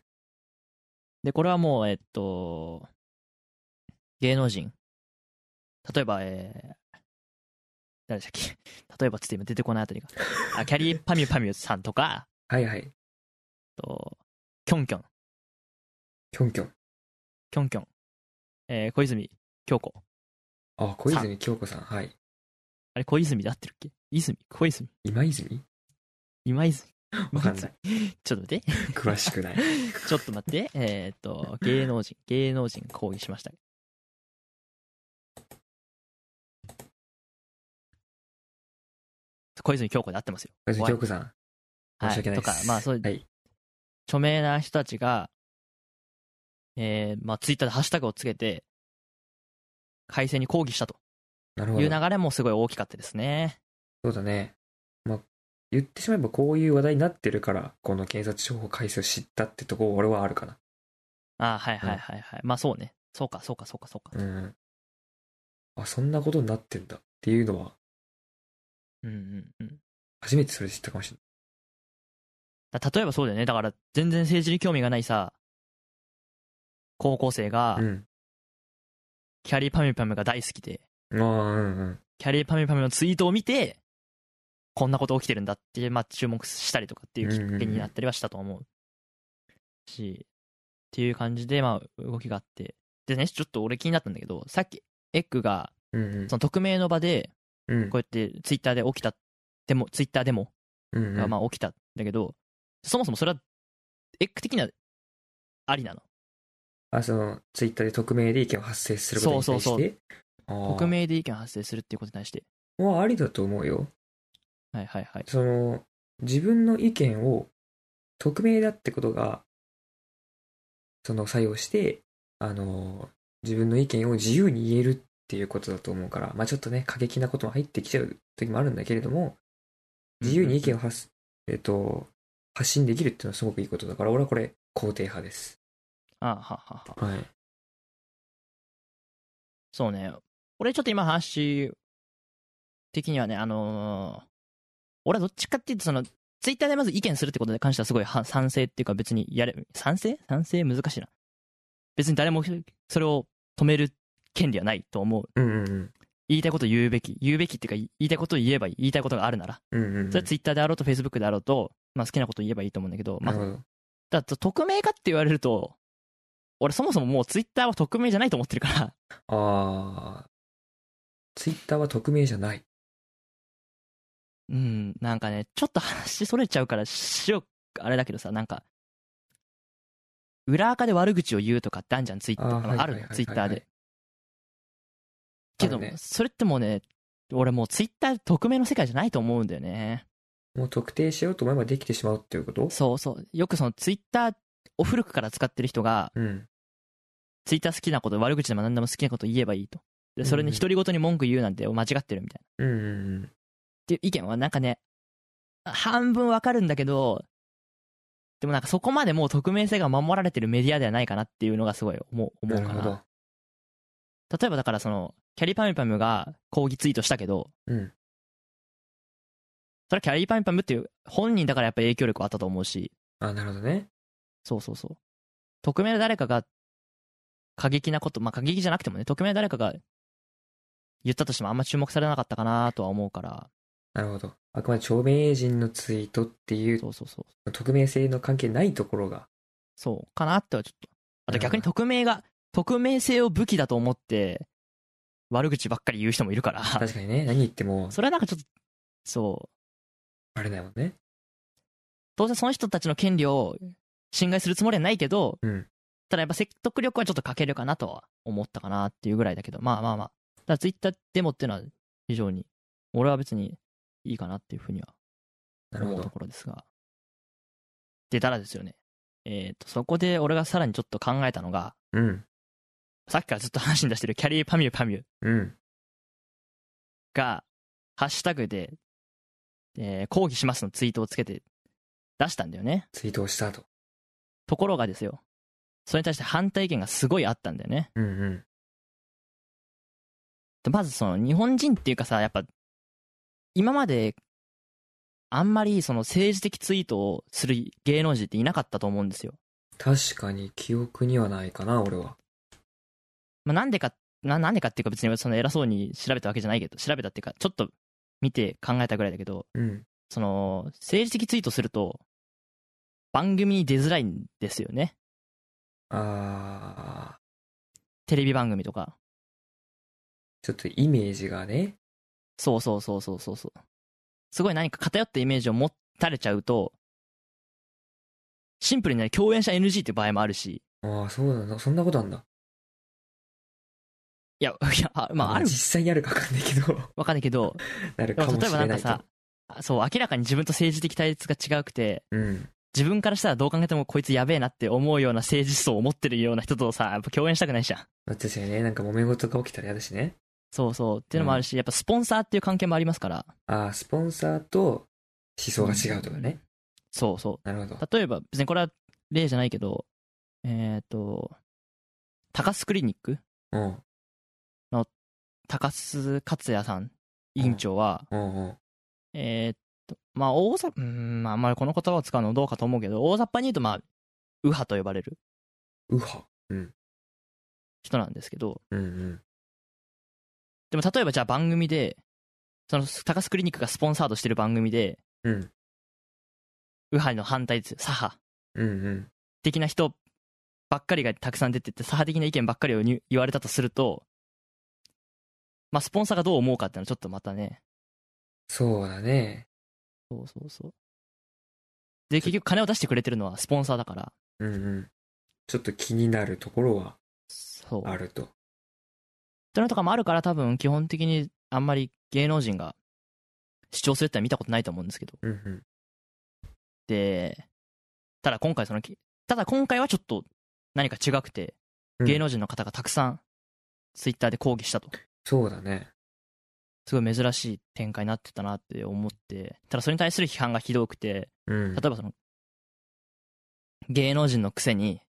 で、これはもう、えっと、芸能人。例えば、えー誰でしたっけ 例えば、つって今出てこないあ たりが。あ、キャリーパミュパミュさんとか、
はいはい。
あと、キョンキョン、
きょんきょん。
キョンキョン、えー小泉京子。
あ、小泉京子さん。はい。
あれ、小泉で合ってるっけ泉小泉
今泉
今泉
わかんない。
ちょっと待って。
詳し くない。
ちょっと待って。えーっと、芸能人、芸能人抗議しました。小泉京子で合ってますよ。
小泉京子さん。
はい
申し訳ないです。
とかまあそう
はい。
著名な人たちが、えー、まあ、ツイッターでハッシュタグをつけて、改正に抗議したと
なるほ
いう
ど。
流れもすごい大きかったですね。
そうだね。まあ、言ってしまえばこういう話題になってるから、この警察情報改正を知ったってとこ、俺はあるかな。
あーはいはいはいはい。まあ、そうね。そうか、そうか、そうか、そうか。
うん。あ、そんなことになってんだっていうのは、
うんうんうん。
初めてそれ知ったかもしれ
だ例えばそうだよね。だから、全然政治に興味がないさ、高校生が
ない。、うん。
キャリーパミュパミュが大好きで、
ああ、うんうん。
キャリーパミュパミュのツイートを見て、こんなこと起きてるんだって、まあ、注目したりとかっていうきっかけになったりはしたと思う。し、っていう感じで、まあ、動きがあって。でね、ちょっと俺気になったんだけど、さっき、エッグが、
うんうん
その匿名の場で、
うん
こうやってツイッターで起きた、でも、ツイッターでも、
うんう
が
ん
まあ起きたんだけど、そもそもそれは、エッグ的には、ありなの
あ、その、ツイッターで匿名で意見を発生することに対して。
そうそう
ああ
匿名で意見発生するっていうことに対して。
もうありだと思うよ。
はいはいはい。
その、自分の意見を、匿名だってことが、その、作用して、あの、自分の意見を自由に言えるっていうことだと思うから、まあちょっとね、過激なことも入ってきちゃう時もあるんだけれども、自由に意見を発す、えっと、発信できるっていうのはすごくいいことだから、俺はこれ、肯定派です。
あははは。
はい。
そうね。俺ちょっと今話的にはね、あのー俺はどっちかっていうと、その、ツイッターでまず意見するってことに関してはすごいは賛成っていうか別にやれ、賛成賛成難しいな。別に誰もそれを止める権利はないと思う。
うんうんうん。
言いたいことを言うべき。言うべきっていうか、言いたいことを言えばいい。言いたいことがあるなら。
うんうん、うん。
それはツイッターであろうと、フェイスブックであろうと、まあ好きなことを言えばいいと思うんだけど、ま
な
あ
るほど。
だと匿名かって言われると、俺そもそももうツイッターは匿名じゃないと思ってるから、
ああ、ツイッターは匿名じゃない。
うん、なんかね、ちょっと話それちゃうから、しよう、あれだけどさ、なんか、裏垢で悪口を言うとかってあんじゃん、ツイッタ
あーはい
ー。ある
はい
の、
はいはいはい
ツイッターで。けど、
あるね
それってもうね、俺もうツイッター匿名の世界じゃないと思うんだよね。
もう特定しようと思えばできてしまうっていうこと
そうそう。よくそのツイッターを古くから使ってる人が、
うん。
ツイッター好きなこと、悪口でも何でも好きなこと言えばいいと。で、それに独り言に文句言うなんて間違ってるみたいな。
うんうん
っていう意見はなんかね、半分わかるんだけど、でもなんかそこまでもう匿名性が守られてるメディアではないかなっていうのがすごい思う
うん。
思う
なる
か
ほ
な
ど。
例えばだからその、キャリーパミュパミュが抗議ツイートしたけど、
うん。
それはキャリーパミュパミュっていう本人だからやっぱ影響力あったと思うし、
あ、なるほどね。
そうそうそう。匿名の誰かが過激なこと、まあ過激じゃなくてもね、匿名の誰かが言ったとしてもあんま注目されなかったかなとは思うから、
なるほど。あくまで著名人のツイートっていう
そうそうそう。
匿名性の関係ないところが。
そうかなってはちょっと。あと逆に
なる
匿名が、匿名性を武器だと思って、悪口ばっかり言う人もいるから、
確かにね、何言っても
それはなんかちょっと、そう、
バレないもんね。
当然その人たちの権利を侵害するつもりはないけど、
うん
ただやっぱ説得力はちょっと欠けるかなとは思ったかなっていうぐらいだけど、まあまあまあ。ただツイッターデモっていうのは非常に、俺は別にいいかなっていうふうには
なる
思
ほ
うと
ど。
ころですが。でたらですよね。えっ、と、そこで俺がさらにちょっと考えたのが、
うん。
さっきからずっと話に出してるキャリーパミュパミュ
うん。
が、ハッシュタグで、えー抗議しますのツイートをつけて出したんだよね。
ツイートをしたと。
ところがですよ。それに対して反対意見がすごいあったんだよね。
うんうん。
でまずその日本人っていうかさ、やっぱ、今まで、あんまりその政治的ツイートをする芸能人っていなかったと思うんですよ。
確かに記憶にはないかな、俺は。
まあ、なんでか、ななんでかっていうか別にその偉そうに調べたわけじゃないけど、調べたっていうか、ちょっと見て考えたぐらいだけど、
うん。
その、政治的ツイートすると、番組に出づらいんですよね。
あ
テレビ番組とか。
ー、ちょっとイメージがね。
そうそうそうそうそうそう。すごい何か偏ったイメージを持たれちゃうと、シンプルにね、共演者 NG っていう場合もあるし、
ああ、そうなんだ。そんなことあんだ。
いや、 いや、あまあ、ある、
実際にあるかわかんないけど、
わかんないけど、
なる
で
か
も
も
例え
し
ばな
れ
ん
な
か
いけど
さ。、そう、明らかに自分と政治的対立が違くて、
うん。
自分からしたらどう考えてもこいつやべえなって思うような政治思想を持ってるような人とさ、やっぱ共演したくないじゃん。
確かにね、なんか揉め事が起きたら嫌だしね。
そうそう。っていうのもあるし、やっぱスポンサーっていう関係もありますから。
ああ、スポンサーと思想が違うとかね。
そうそ
なるほど。
う。例えば、別にこれは例じゃないけど、えっ、と、高須クリニック
うん。
高須克也さん、委員長は、
うんうん。
えーっと、まあ、大ざ、うーん、まあ、あんまりこの言葉を使うのどうかと思うけど、大雑把に言うと、まあ、右派と呼ばれる
右派。うん。
人なんですけど、
うんうん。
でも例えばじゃあ番組で、その高須クリニックがスポンサードしてる番組で、
うん。
右派の反対ですよ、左派
うんうん。
的な人ばっかりがたくさん出てって、左派的な意見ばっかりをに言われたとすると、まあ、スポンサーがどう思うかっていうのはちょっとまたね、
そうだね。
そうそうそう。で、結局金を出してくれてるのはスポンサーだから、
うんうん。ちょっと気になるところは
そう。
あると。
ってのとかもあるから多分基本的にあんまり芸能人が主張するってのは見たことないと思うんですけど
うんうん。
でただ今回そのきただ今回はちょっと何か違くて
うん
芸能人の方がたくさんツイッターで抗議したと
そうだね。
すごい珍しい展開になってたなって思ってただそれに対する批判がひどくて
うん
例。えばその芸能人のくせに、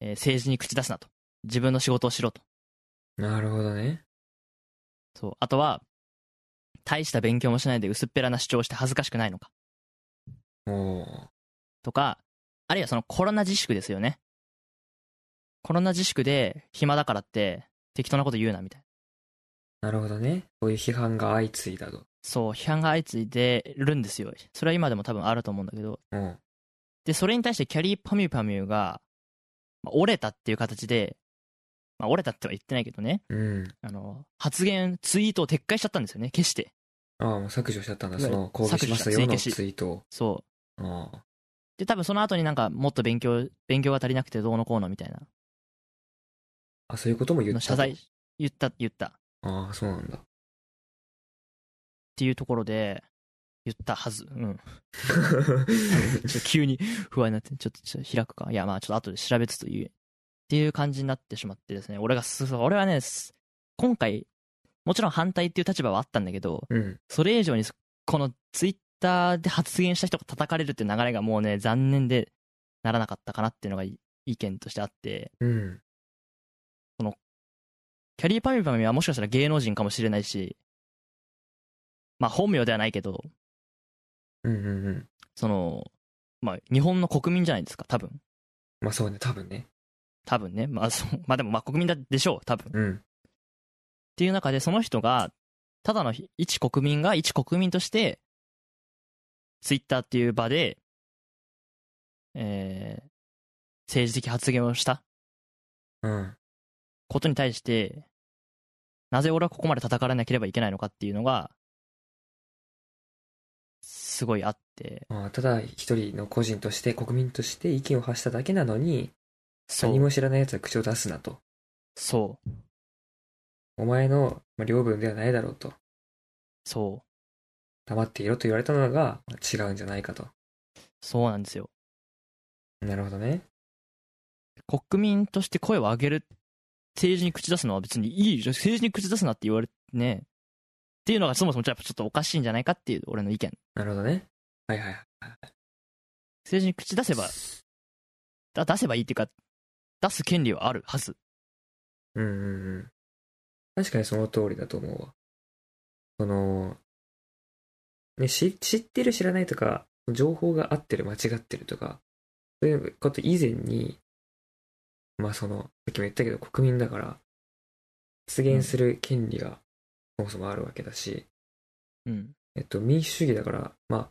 えー政治に口出すなと自分の仕事をしろと
なるほどね。
そうあとは大した勉強もしないで薄っぺらな主張をして恥ずかしくないのか
おー
とか、あるいはそのコロナ自粛ですよね。コロナ自粛で暇だからって適当なこと言うなみたいな。
なるほどね。こういう批判が相次いだと。
そう、批判が相次いでるんですよ。それは今でも多分あると思うんだけど。
うん。
で、それに対してキャリーパミュパミュが、まあ、折れたっていう形で、まあ、折れたっては言ってないけどね、
うん。
あの、発言、ツイートを撤回しちゃったんですよね、決して。
ああ、もう削除しちゃったんだ。
いわ
そ
ゆる
の、抗議しますよ
削
の
除
ツ
した
イートを。
そう。
ああ。
で、多分その後になんか、もっと勉強、勉強が足りなくてどうのこうのみたいな、
あ、そういうことも言った
の
と
謝罪、言った、言った。
ああ、そうなんだ。
っていうところで言ったはず。うん。ちょっと急に 不安になって、ちょっとちょっと開くか。いや、まあちょっと後で調べつつ言う。っていう感じになってしまってですね。俺がす、俺はね、す今回、もちろん反対っていう立場はあったんだけど、
うん。
それ以上にす、このツイッターで発言した人が叩かれるっていう流れがもうね、残念でならなかったかなっていうのがい意見としてあって、
うん。
キャリーパミュパミュはもしかしたら芸能人かもしれないし、まあ本名ではないけど、
うんうんうん。
その、まあ、日本の国民じゃないですか、多分。
まあそうね、多分ね。
多分ね。まあ、そうまあでも、まあ国民だでしょう、多分。っ
うん。
ていう中で、その人が、ただのひ一国民が一国民として、ツイッターっていう場で、えー政治的発言をした
うん。
ことに対して、なぜ俺はここまで叩かれなければいけないのかっていうのが、すごいあっって
まあただ一人の個人として国民として意見を発しただけなのに
そ
何
う
も知らない奴は口を出すなと
そう
お前のまあ領分ではないだろうと
そう
黙っていろと言われたのがまあ違うんじゃないかと
そうなんですよ
なるほどね
国民として声を上げる政治に口出すのは別にいいじゃん政治に口出すなって言われてねっていうのがそもそもやっぱちょっとおかしいんじゃないかっていう俺の意見
なるほどねはいはいはい
政治に口出せばだ出せばいいっていうか出す権利はあるはず
うんうんうん。確かにその通りだと思うわ。その、ね、し知ってる知らないとか、情報が合ってる間違ってるとか、そういうこと以前に、まあその、さっきも言ったけど国民だから、発言する権利がそもそもあるわけだし、
うん
えっと、民主主義だから、まあ、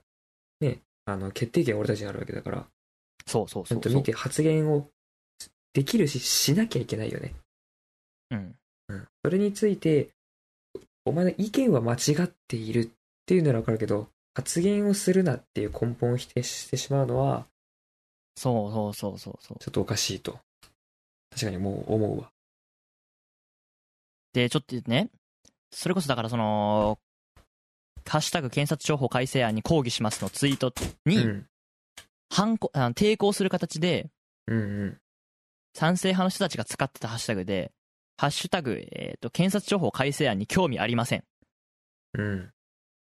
ね、あの、決定権は俺たちにあるわけだから、
そうそう
ちゃ
そ
ん
う
と
そう
見て発言をできるし、しなきゃいけないよね。
うん
それについて、お前の意見は間違っているっていうならわかるけど、発言をするなっていう根本を否定してしまうのは、
そうそうそうそうそう
ちょっとおかしいと。確かにもう思うわ。
でちょっとねそれこそだからその「ハッシュタグ検察庁法改正案に抗議します」のツイート
う
に、
ん。
反抗あの抵抗する形で
うんうん。
賛成派の人たちが使ってたハッシュタグで「ハッシュタグ、えー、と検察庁法改正案に興味ありません」っ
うん。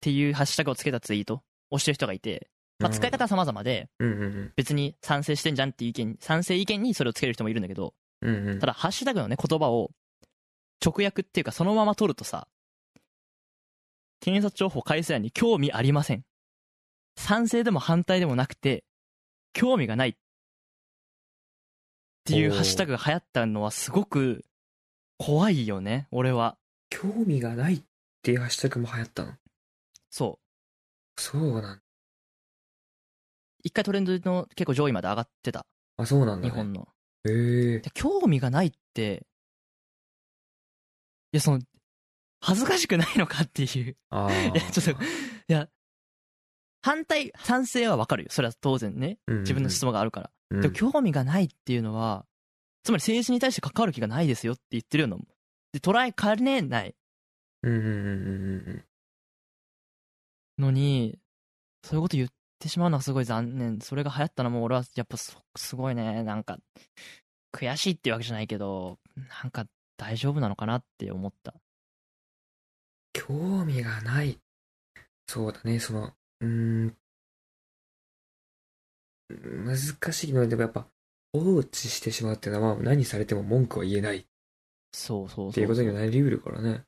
ていうハッシュタグをつけたツイートをしてる人がいて、まあ、使い方は様々で
うんうん
別に賛成してんじゃんっていう意見賛成意見にそれをつける人もいるんだけど
うん。うんうん
た。だハッシュタグのね言葉を直訳っていうかそのまま取るとさ検察庁法改正案に興味ありません賛成でも反対でもなくて興味がないっていう
おー
ハッシュタグが流行ったのはすごく怖いよね俺は
興味がないっていうハッシュタグも流行ったの。
そう
そうなん
一回トレンドの結構上位まで上がってた
あ、そうなんだ、
日
ね。
本の
へえ
で興味 がないっていやその恥ずかしくないのかっていう
ああ。
いやちょっと反対賛成はわかるよそれは当然ね自分の質
問。
問があるから、
うん
でも興味がないっていうのはつまり政治に対して関わる気がないですよって言ってるようなもんで捉えかねない
うんうんうんうん
のにそういうこと言ってしまうのはすごい残念それが流行ったのも俺はやっぱすすごいねなんか悔しいっていうわけじゃないけどなんか大丈夫なのかなって思った
うん。興味がない。そうだね、その、うーん。難しいのでもやっぱ、放置してしまうっていうのは、まあ何されても文句は言えないっ
そうそうそう
ていうことにはなりうるからね。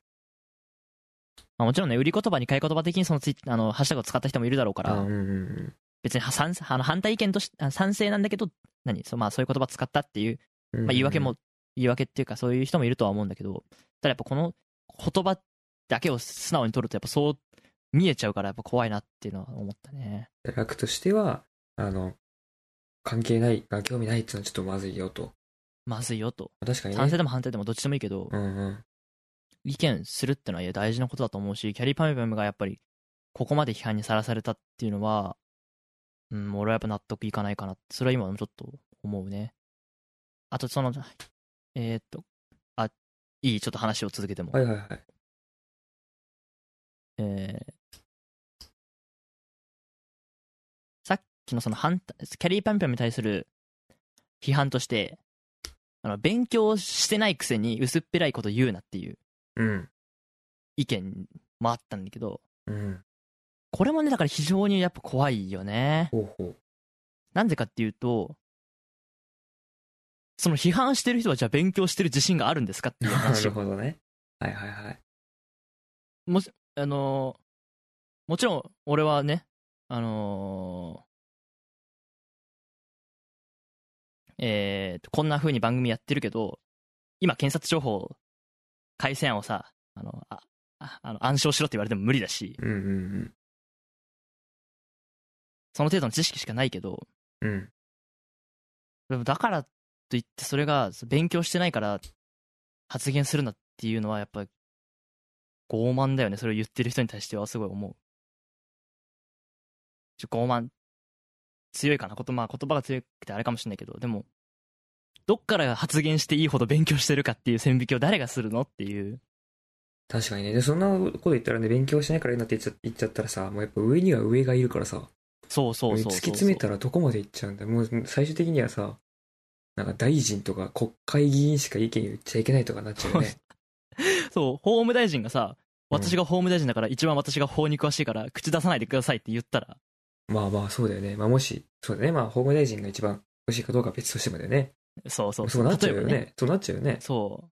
まあ、もちろんね売り言葉に買い言葉的にそのツイあのハッシュタグを使った人もいるだろうから、
あうんうんうん
別には賛あの反対意見としあ賛成なんだけど何そう,、まあ、そういう言葉使ったっていう、
うん。
まあ、言い訳も、。言い訳っていうかそういう人もいるとは思うんだけどただやっぱこの言葉だけを素直に取るとやっぱそう見えちゃうからやっぱ怖いなっていうのは思ったね
楽としては、あの、関係ない、あ興味ないっていうのはちょっとまずいよと。
まずいよと
確かにね。
賛成でも反対でもどっちでもいいけど、
うんうん。
意見するってのはいや大事なことだと思うしキャリーパムパムがやっぱりここまで批判にさらされたっていうのはうん俺はやっぱ納得いかないかなそれは今もちょっと思うねあとそのえーっとあいいちょっと話を続けても、
はいはいはい。
えーさっきのその反対キャリーパンパンに対する批判としてあの勉強してないくせに薄っぺらいこと言うなっていう
うん。
意見もあったんだけど
うん。
これもねだから非常にやっぱ怖いよね
ほうほ う。
なんでかっていうとその批判してる人はじゃあ勉強してる自信があるんですかっていう
な
話
るほどね。はいはいはい。
もしあのーもちろん俺はねあのーえーとこんな風に番組やってるけど今検察情報改正案をさあのあああの暗唱しろって言われても無理だし
うんうん
その程度の知識しかないけど
うん。うん。
でもだからといってそれがその勉強してないから発言するなっていうのはやっぱ傲慢だよねそれを言ってる人に対してはすごい思うちょ傲慢強いかなこと、まあ、言葉が強くてあれかもしれないけどでもどっから発言していいほど勉強してるかっていう線引きを誰がするのっていう
確かにね。で、そんなこと言ったらね、勉強しないからいいなって言っちゃ言っちゃったらさ、もうやっぱ上には上がいるからさ、
そうそうそうそう
突き詰めたらどこまで行っちゃうんだよもう最終的にはさ、なんか大臣とか国会議員しか意見言っちゃいけないとかなっちゃうよね。
そう法務大臣がさ私が法務大臣だから一番私が法に詳しいから口出さないでくださいって言ったら
まあまあ、そうだよね。まあもし、そうだね。まあ法務大臣が一番欲しいかどうかは別としてもだよね。
そうそう
そうなっちゃうよ
例えば
ね。そうなっちゃうよね。
そう。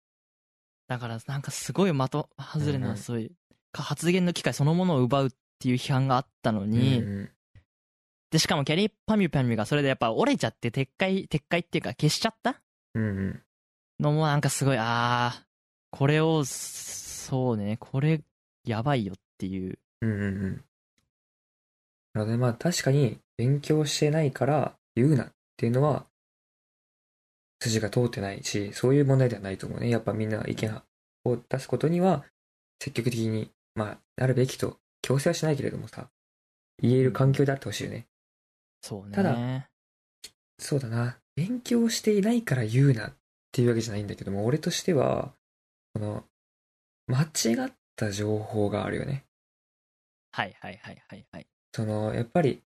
だから、なんかすごい的外れ
うんう
な、
ん
そういう、か発言の機会そのものを奪うっていう批判があったのに、
うんうん
で、しかもキャリーパミュパミュがそれでやっぱ折れちゃって撤回、撤回っていうか消しちゃった
うんうん。
のもなんかすごい、あー、これを、そうね、これ、やばいよっていう。
うんうんうん。なのでまあ確かに勉強してないから言うなっていうのは筋が通ってないし、そういう問題ではないと思うね。やっぱみんな意見を出すことには積極的に、まあ、なるべきと強制はしないけれどもさ、言える環境であってほしいよね。
そうね。
ただそうだな。勉強していないから言うなっていうわけじゃないんだけども、俺としては、この、間違った情報があるよね。
はいはいはいはいはい。
その、やっぱり、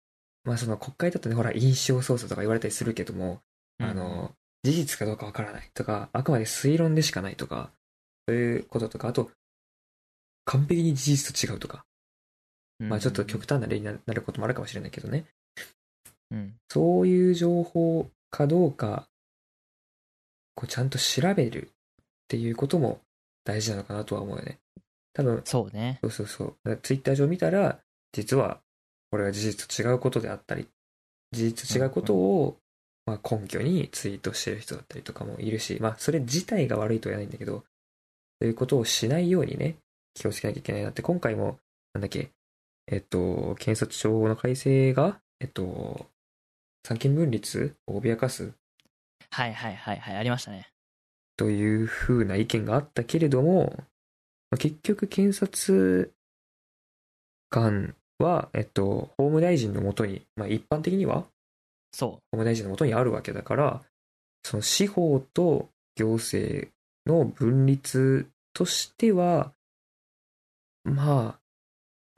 まあその国会だとね、ほら、印象操作とか言われたりするけども、あの、事実かどうかわからないとか、あくまで推論でしかないとか、そういうこととか、あと、完璧に事実と違うとか、
うん、
まあちょっと極端な例にななることもあるかもしれないけどね、
うん。
そういう情報かどうか、こうちゃんと調べるっていうことも大事なのかなとは思うよね。多分、
そうね。
そうそうそう。ツイッター上見たら、実は、これは事実と違うことであったり、事実と違うことを、まあ、根拠にツイートしてる人だったりとかもいるし、まあ、それ自体が悪いとは言わないんだけど、そういうことをしないようにね、気をつけなきゃいけないなって、今回も、なんだっけ、えっと、検察庁の改正が、えっと、三権分立を脅かす
はいはいはいはい。ありましたね。
というふうな意見があったけれども、まあ結局検察官は、えっと、法務大臣のもとに、まあ、一般的には
そ
法務大臣のもとにあるわけだから、その司法と行政の分立としては、まあ、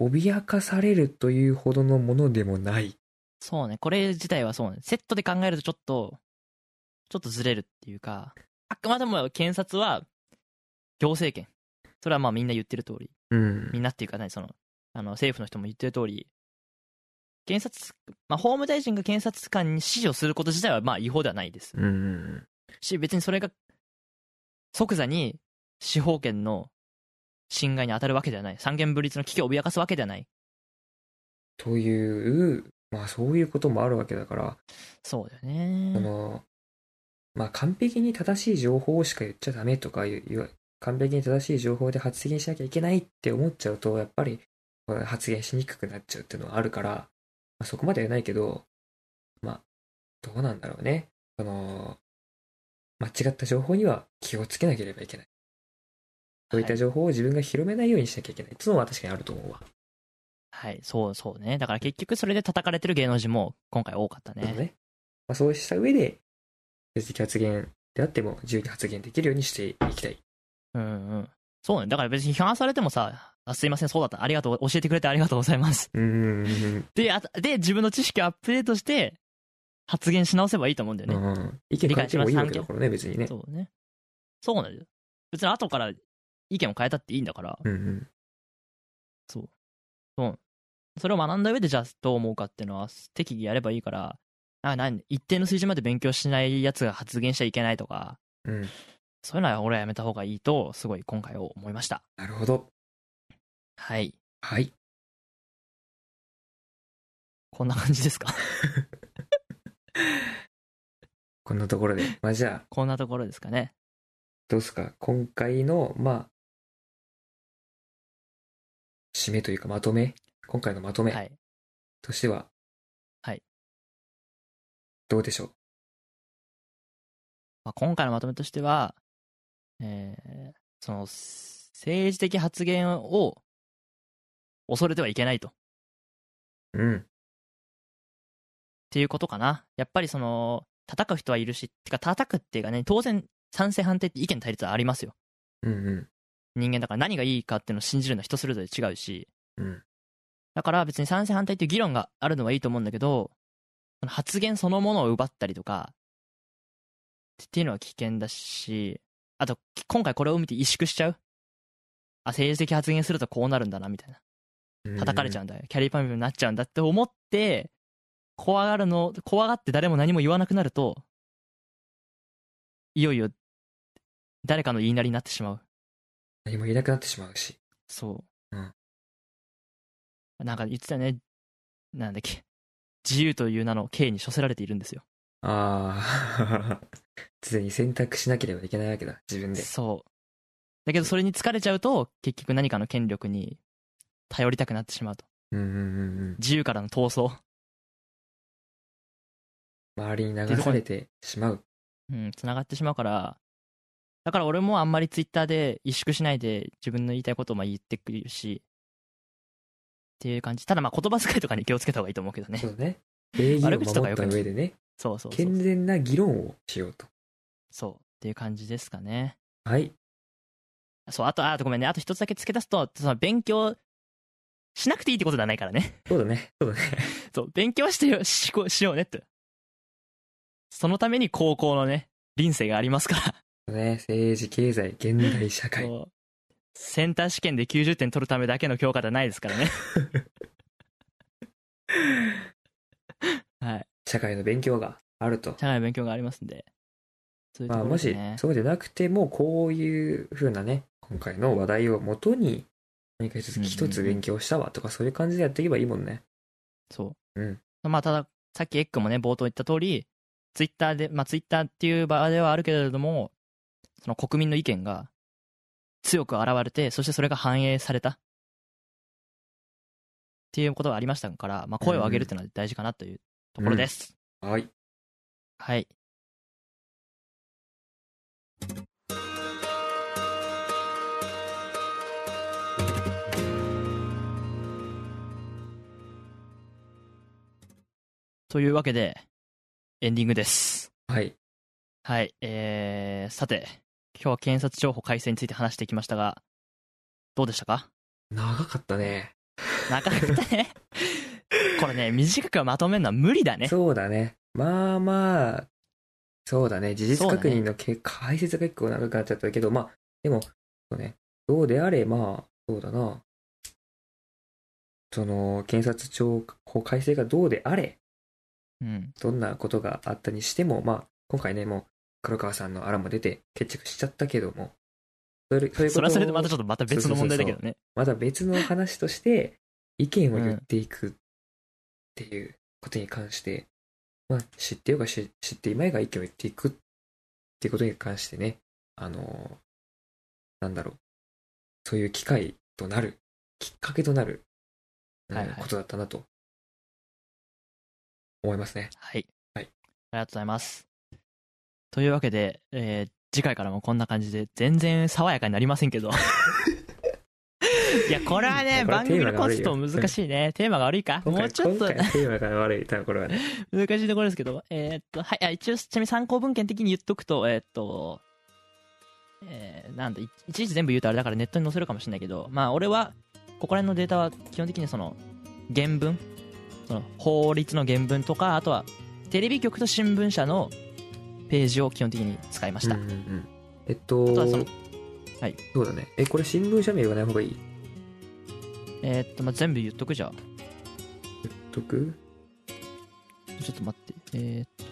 脅かされるというほどのものでもない。
う。そうね。これ自体はそうね。セットで考えるとちょっと、ちょっとずれるっていうか、あくまでも検察は、行政権。それはまあみんな言ってる通り。
うん
み。んなっていうかね、その、あの、政府の人も言ってる通り、検察、まあ法務大臣が検察官に指示をすること自体はまあ違法ではないです。
うん。
し、別にそれが、即座に司法権の侵害に当たるわけではない。三権分立の危機を脅かすわけではない。
という、まあそういうこともあるわけだから、
そうだよ
そ
ね。
の、まあ、完璧に正しい情報しか言っちゃダメとかいう言わ、完璧に正しい情報で発言しなきゃいけないって思っちゃうと、やっぱりこれ発言しにくくなっちゃうっていうのはあるから、まあ、そこまではないけど、まあ、どうなんだろうね。その、間違った情報には気をつけなければいけない。そういった情報を自分が広めないようにしなきゃいけない。い、つもは確かにあると思うわ。
はい、そうそうね。だから結局それで叩かれてる芸能人も今回多かった
そう
ね。
ね。まあ、そうした上で、政治的発言であっても自由に発言できるようにしていきたい。
うんうん。そうね。だから別に批判されてもさ、あすいません、そうだった。ありがとう。教えてくれてありがとうございます。
うんうんうんうん。
で、あとで、自分の知識をアップデートして、発言し直せばいいと思うんだよね。
うん、意見変えてもいいわけだからね、別にね。
そうね。そうなんだよ。別に後から意見を変えたっていいんだから、
うんうん。
そう。そう。それを学んだ上で、じゃあどう思うかっていうのは、適宜やればいいから、あなん一定の水準まで勉強しないやつが発言しちゃいけないとか、
うん。
そういうのは俺はやめた方がいいと、すごい今回を思いました。
なるほど。
はい。
はい。
こんな感じですか
こんなところで。まあじゃあ、
こんなところですかね。
どうすか。今回の、まあ、締めというかまとめ。今回のまと
は
め
い。
としては、
はい。
どうでしょう。
まあ、今回のまとめとしては、えーその、政治的発言を恐れてはいけないと。
うん。
っていうことかな。やっぱりその、叩く人はいるし、てか叩くっていうかね、当然賛成反対って意見対立はありますよ。
うんうん。
人間だから何がいいかっていうのを信じるのは人それぞれ違うし、
うん
だから別に賛成反対っていう議論があるのはいいと思うんだけどその発言そのものを奪ったりとかっていうのは危険だしあとき今回これを見て萎縮しちゃうあ政治的発言するとこうなるんだなみたいな
うん
叩かれちゃうんだよキャリーパンピンになっちゃうんだって思って怖がるの怖がって誰も何も言わなくなるといよいよ誰かの言いなりになってしまう
何も言えなくなってしまうし。
そう。
うん
なんか言ってたね。なんだっけ。自由という名の刑に処せられているんですよ。
ああ、 常に選択しなければいけないわけだ、自分で。
そう。だけどそれに疲れちゃうと、結局何かの権力に頼りたくなってしまうと。
うんうんうんうん。
自由からの闘争。
周りに流されてしまう。
うん、繋がってしまうから。だから俺もあんまりツイッターで萎縮しないで自分の言いたいことをまあ言ってくるし。っていう感じ。ただまあ言葉遣いとかに気をつけた方がいいと思うけどね。
そ
そう
うね。礼儀を
悪口とか
守っ
よく
た
ない
上でね、
そうそう
健全な議論をしようと。
そう。っていう感じですかね。
はい。
そう、あと、ああとごめんね。あと一つだけ付け足すと、その勉強しなくていいってことではないからね。
そうだね。そうだね。
そう、勉強してよ、しこしようねって。そのために高校のね、臨生がありますから。
ね政治、経済、現代社会。
そうセンター試験で90点取るためだけの教科ではないですから ね。はい。
社会の勉強があると。
社会の勉強がありますんで。そういうと
まあ、
こ
も
ろで
し
ね。
そうでなくてもこういう風なね今回の話題をもとに何か一つ
うんうんうん
一つ勉強したわとかそういう感じでやっていけばいいもんね
そう。
うん
まあ、ただ、さっきエッグもね、冒頭言った通り、ツイッターで、まあ、ツイッターっていう場ではあるけれども、その国民の意見が強く現れて、そしてそれが反映された。っていうことがありましたから、まあ、声を上げるっていうのは大事かなというところです。
はい
はい。というわけで、エンディングです。
はい
はい、えー、さて、今日は検察庁法改正について話してきましたが、どうでしたか
長かったね
なかなか ね、これね、短くはまとめるのは無理だね。
そうだねまあまあそうだね事実確認のけ、解説が結構長くなっちゃったけどまあでもそうねどうであれまあそうだなその検察庁法改正がどうであれ
うん、
どんなことがあったにしても、まあ、今回ね、もう、黒川さんのあらも出て、決着しちゃったけども、それそういうこと
それはそれでまたちょ
っ
っとまた別の問題だけどね。
また別の話として、意見を言っていくっていうことに関して、まあ、知ってようが知知っていまいが意見を言っていくっていうことに関してね、あのーなんだろう、そういう機会となる、きっかけとなる、うん
はいはい
ことだったなと、思いますね。
はい。
は
あ
い
りがとうございます。というわけで、えー次回からもこんな感じで、全然爽やかになりませんけ ど。いや、これはね、
これは
番
テ
組
ーマ
の
が
コ
悪い
ンセプ
よ
ト難しいね。テーマが悪いか。
今回
もうちょっと
今回テーマが悪い、多分これはね。
難しいところですけど、えーっと、はい、あ一応、ちなみに参考文献的に言っとくと、えーっと、えーなんだ、いいちいち全部言うとあれだからネットに載せるかもしれないけど、まあ、俺は、ここら辺のデータは基本的にその、原文、その、法律の原文とか、あとは、テレビ局と新聞社のページを基本的に使いました。
うんうんうんえっ
あと
と
はその、はい
そうだね。え、これ新聞社名言わない方がいい
えーっと、まあ、全部言っとくじゃあ。
とく
ちょっと待って。えーっと。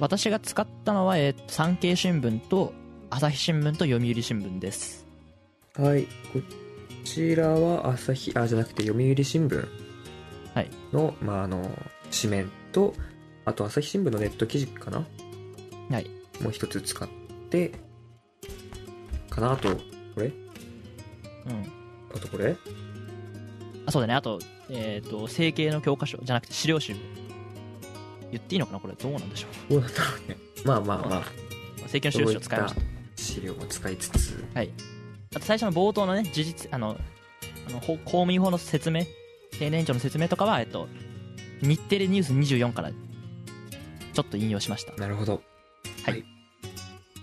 私が使ったのは、えーっと、産経新聞と、朝日新聞と読売新聞です。
はい。こちらは朝日、あ、じゃなくて読売新聞
はい
の、まあ、あの、紙面と、あと朝日新聞のネット記事かな
はい。
もう一つ使って、かなあと、これ
うん。
あとこれ
あ、そうだね。あと、えーっと、整形の教科書じゃなくて資料集。言っていいのかなこれ、どうなんでしょ
どうなんだろうね。まあまあまあ、
う。整形の資
そう
料
い
集を使
っ
いま
た
した。
資料も使いつつ、
あと、最初の冒頭のね、事実、あの、あの法公務員法の説明、定年庁の説明とかは、えーっと、日テレニュース24からちょっと引用しました
なるほど。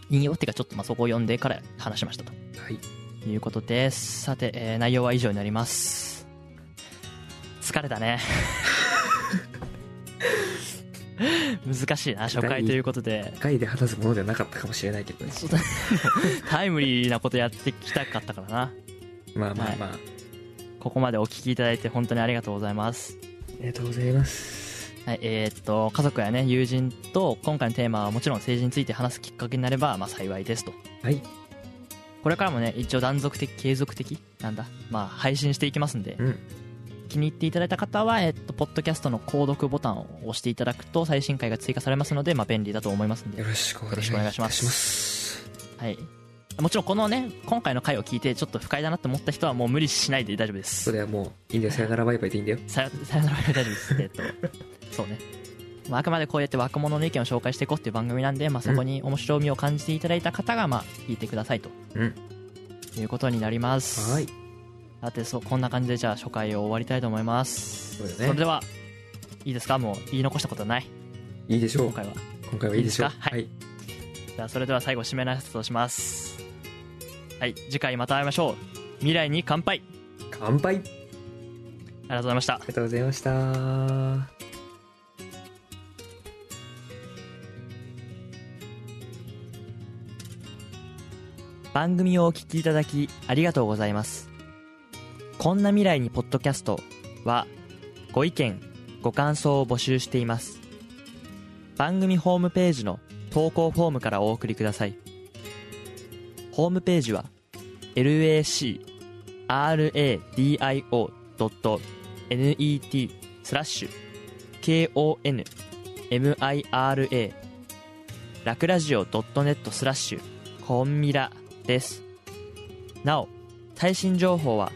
引用っていうかちょっとまあそこを読んでから話しましたと
はい。
いうことですさて、えー内容は以上になります疲れたね 難しいな初回ということで
回で果たすものではなかったかもしれないけどね。
ちょっとタイムリーなことやってきたかったからな
まあまあまあ、
ここまでお聞きいただいて本当にありがとうございます
ありがとうございます。
はい、えーっと、家族やね、友人と今回のテーマはもちろん政治について話すきっかけになれば、まあ幸いですと。
はい。
これからもね、一応断続的、継続的、なんだ、まあ配信していきますんで、
うん。
気に入っていただいた方は、えーっと、ポッドキャストの購読ボタンを押していただくと最新回が追加されますので、まあ便利だと思いますんで
よ。ろしくお願いいたし
よろ
ま
し
す。
くお願いしまはい。もちろんこのね、今回の回を聞いてちょっと不快だなと思った人はもう無理しないで大丈夫で
そ
す。
れはもう、いいんだよ。さよならバイバイでいいんだよ。
さよさよなら大丈夫です。えっと、そうね。まあ、あくまでこうやって若者の意見を紹介していこうっていう番組なんで、まあ、そこに面白みを感じていただいた方が、まあ、聞いてくださいと。
うん
いうことになります。
はい。
さて、そう、こんな感じでじゃあ初回を終わりたいと思います。
そうだね
それでは、いいですかもう言い残したことはない。
いいでしょう
今。回は。
今回はいいでしょう。。
いいですかはいじゃあ、それでは最後、締めの挨拶をします。はい、次回また会いましょう。未来に乾杯
乾杯あ
あ
り
りがとうございました。
がとうございました。
番組をお聞きいただきありがとうございますこんな未来にポッドキャストはご意見ご感想を募集しています番組ホームページの投稿フォームからお送りくださいホームページは lacradio.net スラッシュ konmira ラクラジオ .net スラッシュコンミラですなお最新情報は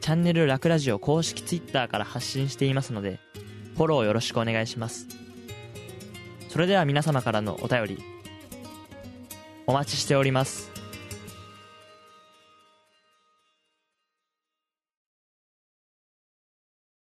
チャンネルラクラジオ公式 Twitter から発信していますのでフォローよろしくお願いしますそれでは皆様からのお便りお待ちしております